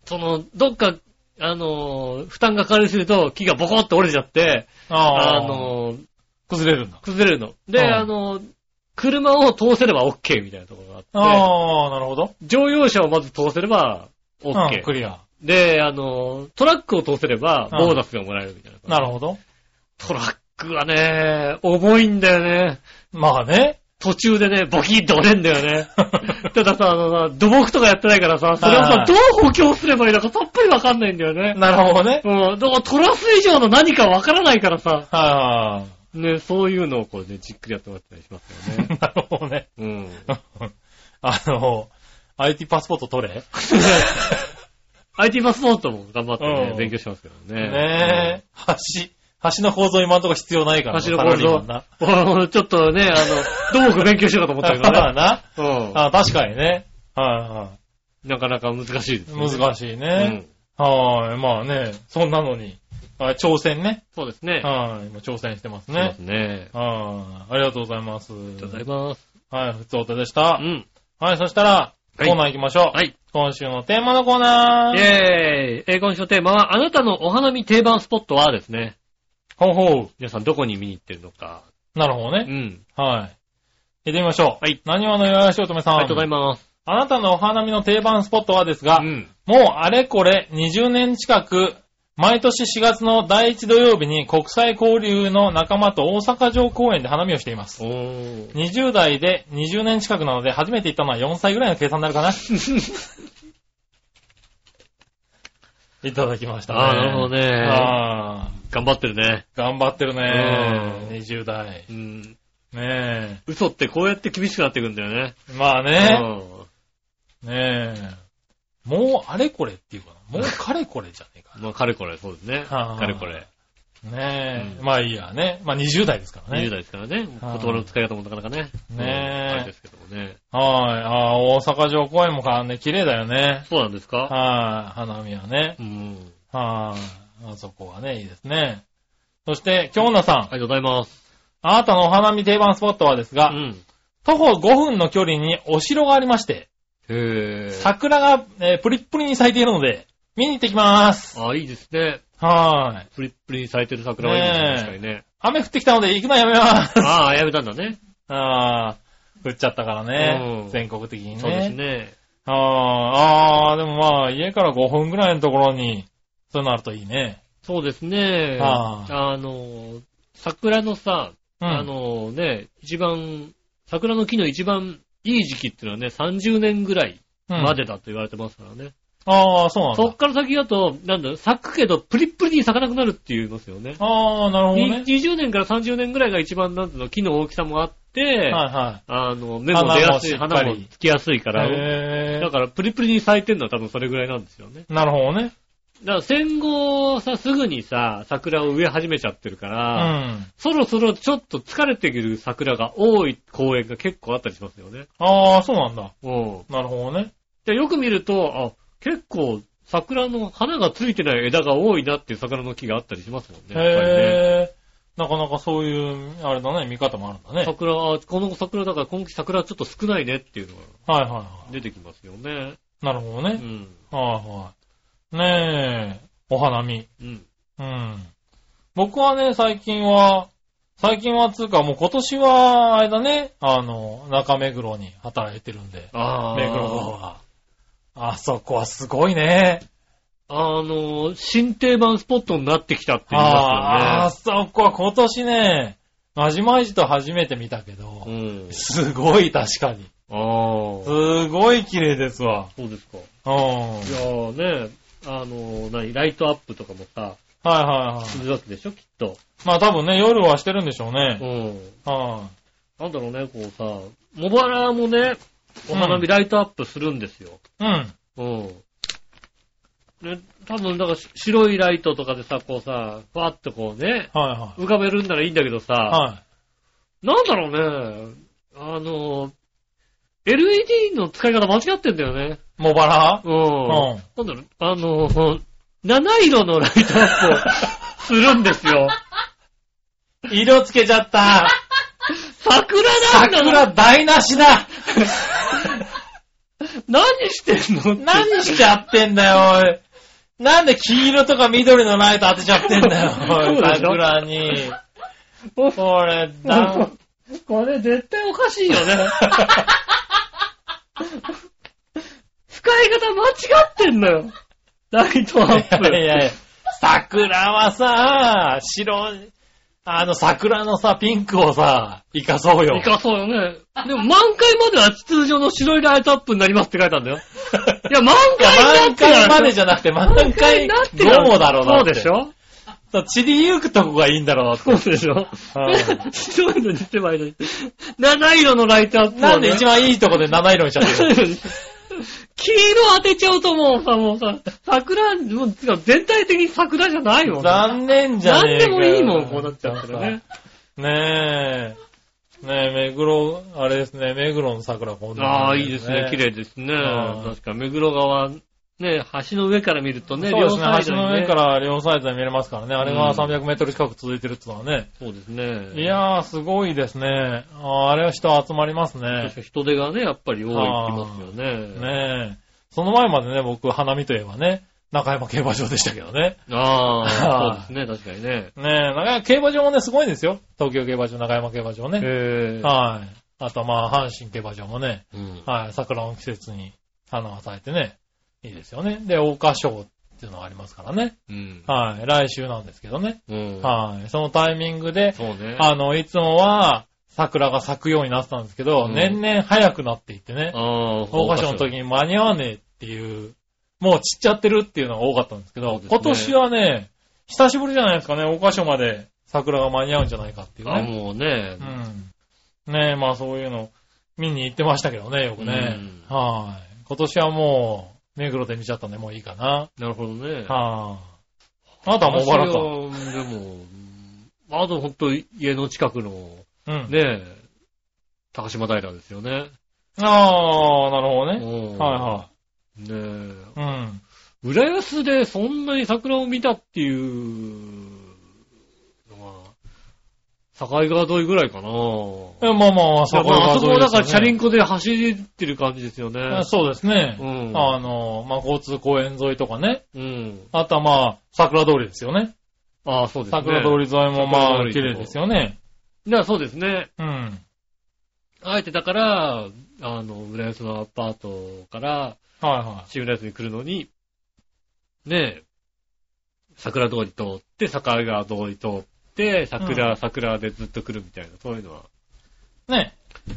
その、どっか、あのー負担がかかりすぎると木がボコって折れちゃって、い。あああ。のー崩れるんだ。崩れるの。で、はいあのー車を通せれば OK みたいなところがあって、ああ、なるほど。乗用車をまず通せればうん OK。クリア。で、あのートラックを通せればボーナスがもらえるみたいな。なるほど。トラックはね、重いんだよね。まあね。途中でね、ボキッと折れんだよ (laughs) ね。たださ、あのさ、土木とかやってないからさ、それをはさ、いどう補強すればいいのかさっぱりわかんないんだよね。なるほどね。うん、だからトラス以上の何かわからないからさ、はいはい。ね、そういうのをこうね、じっくりやってもらったりしますよね。 (laughs) なるほどね。 (laughs) うん。あの、IT パスポート取れ IT パスポートも頑張ってね、うん勉強しますけどね。ねえ。橋、橋の構造今のとこ必要ないからな橋の構サラリー造マンな。うんちょっとね、あ (laughs) の、土木勉強しようかと思ったけど (laughs) まあね。な。うあ確かにね。はん。なかなか難しいですいね、はい。難しいうね。ん。はーい。まあね、そんなのに。あ挑戦ね。そうですね。はーい。今挑戦してますそうでねす。ね。はーい。ありがとうございます。ありありがとうございます。はい。ふつおたでしうた。ん。はい。そしたら、コはいーナー行きましょう。はい。今週のテーマのコーナイェーー。イ。えー、今週のテーマは、あなたのお花見定番スポットはですね。ほうほ皆さんどこに見に行ってるのか。う。なるほどうね。ん。はい。行ってみましょう。はい。何話の岩橋乙女さん。ありがとうございます。あなたのお花見の定番スポットはですが、うん。もうあれこれ20年近く、毎年4月の第1土曜日に国際交流の仲間と大阪城公園で花見をしています。おー。 20代で20年近くなので、初めて行ったのは4歳ぐらいの計算になる (laughs) かな。いただきましたね。ああ、なるほどね。ああ頑張ってるね。頑張ってるねう。ん20代。うん。ね嘘ってこうやって厳しくなってくんだよね。え。まあうね。んねえ。もうあれこれっていうかな。もうかれこれじゃねえかな。まあ、かれこれ、そうですね。あーかれこれ。ねえ、うんまあいいやね。まあ20代ですから20ね。代ですからね。言はい葉の使い方もなかなかね。ねうえんあれですけどもね。はい。ああ、大阪城公園もかね、綺麗だよね。そうなんですかはい。花見はね。うん。はい。あそこはね、いいですね。そして、京奈さん。ありがとうございます。あなたのお花見定番スポットはですうが、ん。徒歩5分の距離にお城がありまして、へえ。桜が、えープリップリに咲いているので、見に行ってきます。あ、いいですね。はい。プリップリに咲いてる桜はいいですね。確かにね。雨降ってきたので行くのやめます。ああ、やめたんだね。 (laughs) ああ、降っちゃったからうねん。全国的にね。そうですね。ああ、ああ、でもまあ、家から5分ぐらいのところに、そういうのあるといいね。そうですね。ああの、桜のさ、うん。あのね、一番、桜の木の一番いい時期っていうのはね、30年ぐらいうん、までだと言われてますからね。ああ、そうなんそっだ。から先だと、なんだろう、咲くけど、プリップリに咲かなくなるって言いますよね。ああ、なるほどね。 20年から30年ぐらいが一番、なんていうの、木の大きさもあって、はいはあの、芽も出やすい、花もしっか花りもつきやすいかい。ら、へだからプリプリに咲いてるのは多分それぐらいなんですよね。え。なるほどね。だから戦後さ、すぐにさ、桜を植え始めちゃってるかうら、ん。そろそろちょっと疲れてくる桜が多い公園が結構あったりしますよね。ああ、そうなんだ。うん。なるほどね。で、よく見ると、あ、結構桜の花がついてない枝が多いなっていう桜の木があったりしますもんね。やっぱりねへえ。なかなかそういう、あれだね、見方もあるんだね。はい桜、あこの桜だから今季桜ちょっと少ないねっていうのがはいは出てきますよね。い。なるほどうね。ん。はいはい。ねえ、お花見。うん。うん。僕はね、最近は、最近はつうか、もう今年は、あれだね、あの、中目黒に働いてるんで、ああ。目黒の方は。あそこはすごいね。あの、新定番スポットになってきたって言いああまそこは今年ね、まじまじと初めて見たけどす、よね。うん。すごい確かに。ああ。すごい綺麗ですわ。そうですか。いうん。はいやーね、あの、何、ライトアップとかもさ、はいはいす。るわけでしょ、きっと。まあ多分ね、夜はしてるんでしょううね。ん。はなんだろうね、こうさ、茂原もね、お花見ライトアップするんですよ。い。うん。うん。ね、多分、だからし白いライトとかでさ、こうさ、ふわっとこうね、はいはい。浮かべるんならいいんだけどさ、はなんだろうね、あの、LED の使い方間違ってんだよね。い。茂原 (laughs) うん。なんだろう、あの、七色のライトアップをするんですよ。色つけちゃった。桜なんだ桜台無しだ。何してんのって何しちゃってんだよ、おい。なんで黄色とか緑のライト当てちゃってんだよ、おいそうでしょ桜に。これ、だ、これ絶対おかしいよね。使い方間違ってんのよ。ライトアップ。いやいやいや桜はさ、白い、あの桜のさ、ピンクをさ、生かそうよい。かそうよね。でも満開までは通常の白いライトアップになりますって書いたんだよ。いや、満開にな満って開までゃじゃなくて、満開になって午後だろうなそっうて。でしょそう散りゆくとこがいいんだろうなって。そうでしょはい白いのにしてばいいのに。七色のライトアップをねなんで一番いいとこで七色にしちゃってるの黄色当てちゃうともうさ、もうさ、桜、もうつうか全体的に桜じゃないもんね。残念じゃね何えでかもいいもん、こうなっちゃったらね。。ねえ。ねえ、目黒、あれですね、目黒の桜こんあな感あ、じいいですね、綺。麗ですね。うん確か、目黒川、ね、橋の上から見るとね、。そうですね、橋の上からら両サイドで見れますからね。あれうがん300メートル近く続いてるってのはね。そうですね。いやー、すごいですね。あーあれは人集まりますね確。か人手がね、やっぱり多いって言いますよね。ねえ。その前までね、僕、花見といえばね、中山競馬場でしたけどね。ああ、そうですね、確かにね。ねえ、中山競馬場もね、すごいんですよ。東京競馬場、中山競馬場ね。へえ。はい。あと、まあ、阪神競馬場もね、うんはい、桜の季節に花を咲いてね、いいですよね。で、桜花賞っていうのがありますからね。うん。はい、来週なんですけどね。うん。はい、そのタイミングで、そうね。あの、いつもは桜が咲くようになってたんですけど、うん年々早くなっていってね、ああ、桜花賞の時に間に合わねえっていう、もう散っちゃってるっていうのが多かったんですけそうど、ですね今年はね、久しぶりじゃないですかね、桜花賞まで桜が間に合うんじゃないかっていうあ、ね。もうねう。ん。ねえ、まあそういうの見に行ってましたけどね、よくね。うはい。今年はもう、目黒で見ちゃったんで、もういいかな。なるほどね。はい。あなたは茂原か。私はでも、あとほんと家の近くの、うん。ねえ、高島平ですよね。ああ、なるほどね。うんはねえ、いはい。うん。浦安でそんなに桜を見たっていうのは、境川沿いぐらいかな。えまあまあ、いやまああそこもだからチャリンコ。コで走ってる感じですよねあ。そうですねう。ん。あの、まあ、交通公園沿いとかね。うん。あとはまあ、桜通りですよね。ああ、そうですね。桜通り沿いもまあ、桜通りと綺麗ですよね。り。だからそうですね。うん。あえてだから、あの、浦安のアパートから、はいは。新浦安に来るのに、ねえ、桜通り通って、坂川通り通って、桜、桜でずっと来るみたいな、そういうのはいね。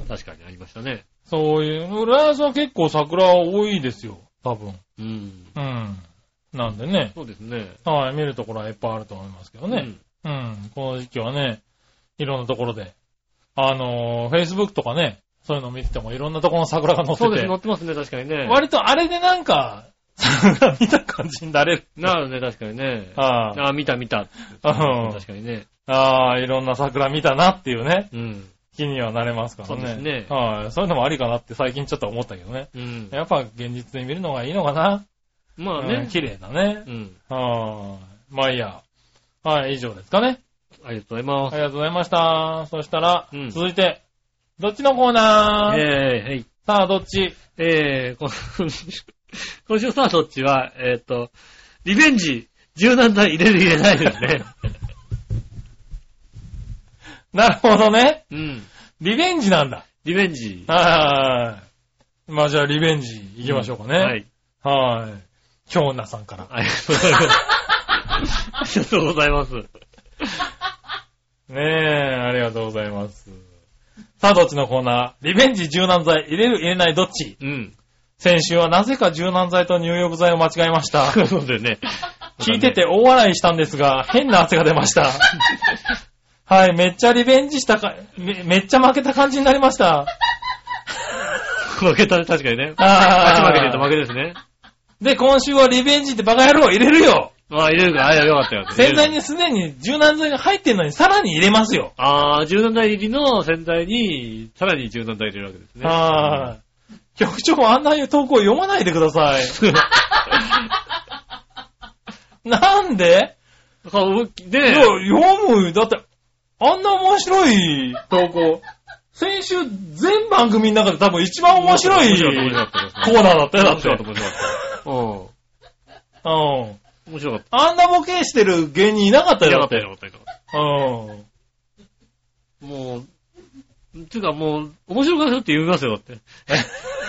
確かにありましたね。そういう、浦安は結構桜多いですよ。多分。うん。うん。なんでね。そうですね。はい、見るところはいっぱいあると思いますけどね。うん、この時期はね、いろんなところで。あのー、Facebook とかね、そういうの見ててもいろんなところの桜がうん。載ってて。そうです、乗ってますね、確かにね。割とあれでなんか、桜見た感じになれる。なるね、確かにね。ああああ、見た見た。うん確かにね。ああ、いろんな桜見たなっていうね、うん。気にはなれますからね。そうですねはい。そういうのもありかなって最近ちょっと思ったけどね。うん。やっぱ現実で見るのがいいのかな。まあうんね。綺麗だねう。ん。はい。まあいいや。はい、以上ですかね。ありがとうございまあす。りがとうございました。そしたら、うん続いて、どっちのコーナー、えー、はい。さあ、どっちえー、こ (laughs) 今週さあ、そっちは、えっ、と、リベンジ、柔軟剤入れる入れないですね。なるほどね。うん。リベンジなんだ。リベンジ。はい。まあじゃあ、リベンジ行きましょうかはね。い。はい。はい。京奈さんから。ありがとうございます。ありがとうございます。ねえ、ありがとうございます。さあ、どっちのコーナーリベンジ柔軟剤入れる入れないどっちうん。先週はなぜか柔軟剤と入浴剤を間違えま (laughs) した。そうだよね。聞いてて大笑いしたんですが、変な汗が出ま (laughs) した。はい、めっちゃリベンジしたか、めめっちゃ負けた感じになり (laughs) ました。負けたね、確かにね。あー勝ち負けてると負けですね。で、今週はリベンジってバカ野郎入れるよああ、入れるか。ああ、よかったよかった。洗剤にすでに柔軟剤が入ってんのにさらに入れますよ。ああ、柔軟剤入りの洗剤に、さらに柔軟剤入れるわけですね。はーい。局長、あんな投稿読まないでください。なんで顔思いっきりいねや、、読む、だって、あんな面白い投稿、先週全番組の中で多分一番面白い面コ白いー面白ナかったーだったよ、だ面っ白てかった、。面白かった。うん。うん。面白かっあんなボケしてる芸人いなかったた。いなよ、かだっ、ったいて。なかった、いなかっうん。た。もう、つうかもう、面白かったって言いますよ、だって。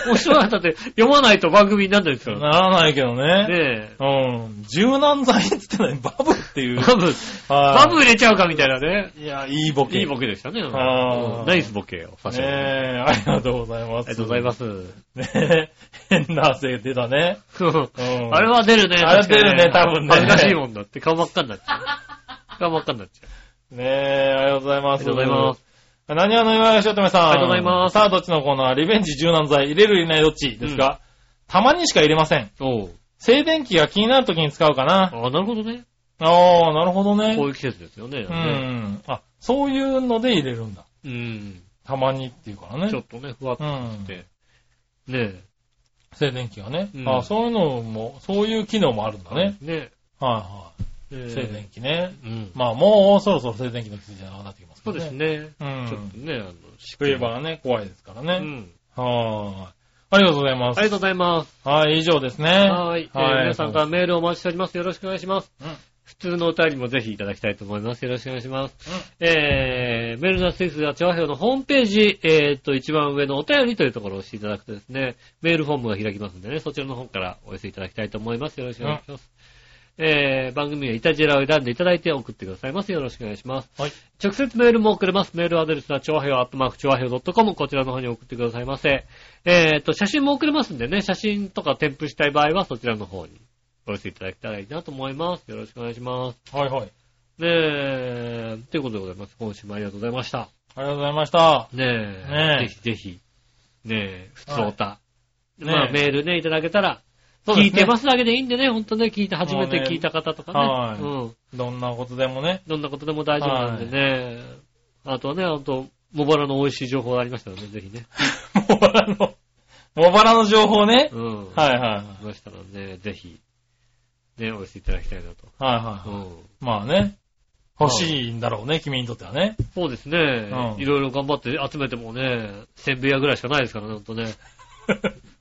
面白かったって読まないと番組にならないですから。ねならないけどね。え。うん。柔軟剤って言ってない、バブっていう。バブ、バ (laughs) バブ入れちゃうかみたいなね。いや、いいボケ。いいボケでしたね。うんあーナイスボケを差しね上え、げてありがとうございまあす。りがとうございます。す。ねえ、 (laughs) 変な汗出たね。うんあれは出るね。あれは出るね確かに多分ね恥ずかしいもんだって、顔真っ赤になっちゃう。顔真っ赤になっちゃう。ねえ、ありがとうございあます。りがとうございます。す。何話の岩井しおとめさあん。りがとうございますさあ、どっちのコーナーリベンジ柔軟剤入れる入れないどっちですか、たまにしか入れません。おう。静電気が気になる時に使うかな。ああ、なるほどね。ああ、なるほどね。こういう季節ですよね。うん。あ、そういうので入れるんだ。うん。たまにっていうからちょっね。とね、ふわっうとんし。て。ね静電気がね。うんあそういうのも、そういう機能もあるんだえ。ね。。ねはえいはい。え。静電気ね。うん。まあもうそろそろ静電気の季節じゃなくなってきますかそうらです。ね。うちょっとん。ね、あの、冬場はね、怖いですからうね。ん。はーい。ありがとうございまあすり。がとうございます。はい、以上ですね。はい。えー皆さんからメールをお待ちしております。よろしくお願いします。うん普通のお便りもぜひいただきたいと思います。よろしくお願いします。えー、メールのアクセスは、チョアヘオのホームページ、えー、と、一番上のお便りというところを押していただくとですね、メールフォームが開きますんでね、そちらの方からお寄せいただきたいと思います。よろしくお願いします。えー、番組はイタジェラを選んでいただいて送ってくださいます。よろしくお願いします。はい。直接メールも送れます。メールアドレスは、超平アットマーク、超平 .com、こちらの方に送ってくださいませ。えっ、と、写真も送れますんでね、写真とか添付したい場合は、そちらの方にお寄せいただけたらいいなと思います。よろしくお願いします。はいはい。ねえ、ということでございます。今週もありがとうございました。ありがとうございました。ねえ、ねえぜひぜひ、ねえ、普通おた、いまあ、ねえメールね、いただけたら、そう聞でいすねてますだけでいいんでね、ほんとね、聞いて、初めてもうね聞いた方とかはね、いうん。どんなことでもね。どんなことでも大丈夫なんでね。あとはね、あと、茂原の美味しい情報がありましたので、ぜひね。モバラの、モバラの情報ねう。ん。はいはいありましたので、ぜひ、ね、お寄せいただきたいなと。はい。はいうはん。い。まあね。欲しいんだろうね、君にとってはね。そうですね。うんいろいろ頑張って集めてもね、1000部屋ぐらいしかないですからね、ほんと (laughs) ね。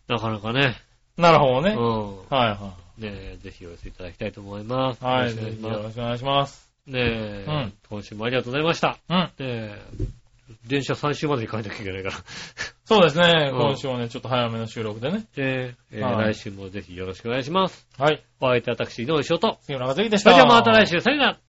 なかなかね。なるほどうね。ん。はいはねえ、ぜひお寄せいただきたいと思います。い。よはい。ろしくお願よいしまろしくお願いします。すねえ、うん今週もありがとうございました。うん。ねえ、電車3週までに帰んなきゃいけないから。 (laughs) そうですね。うん今週はね、ちょっと早めの収録でね。で、えーはい来週もぜひよろしくお願いします。はい。お相手は私、井上翔と。杉村和之でしそた。れではまた来週、さよなら。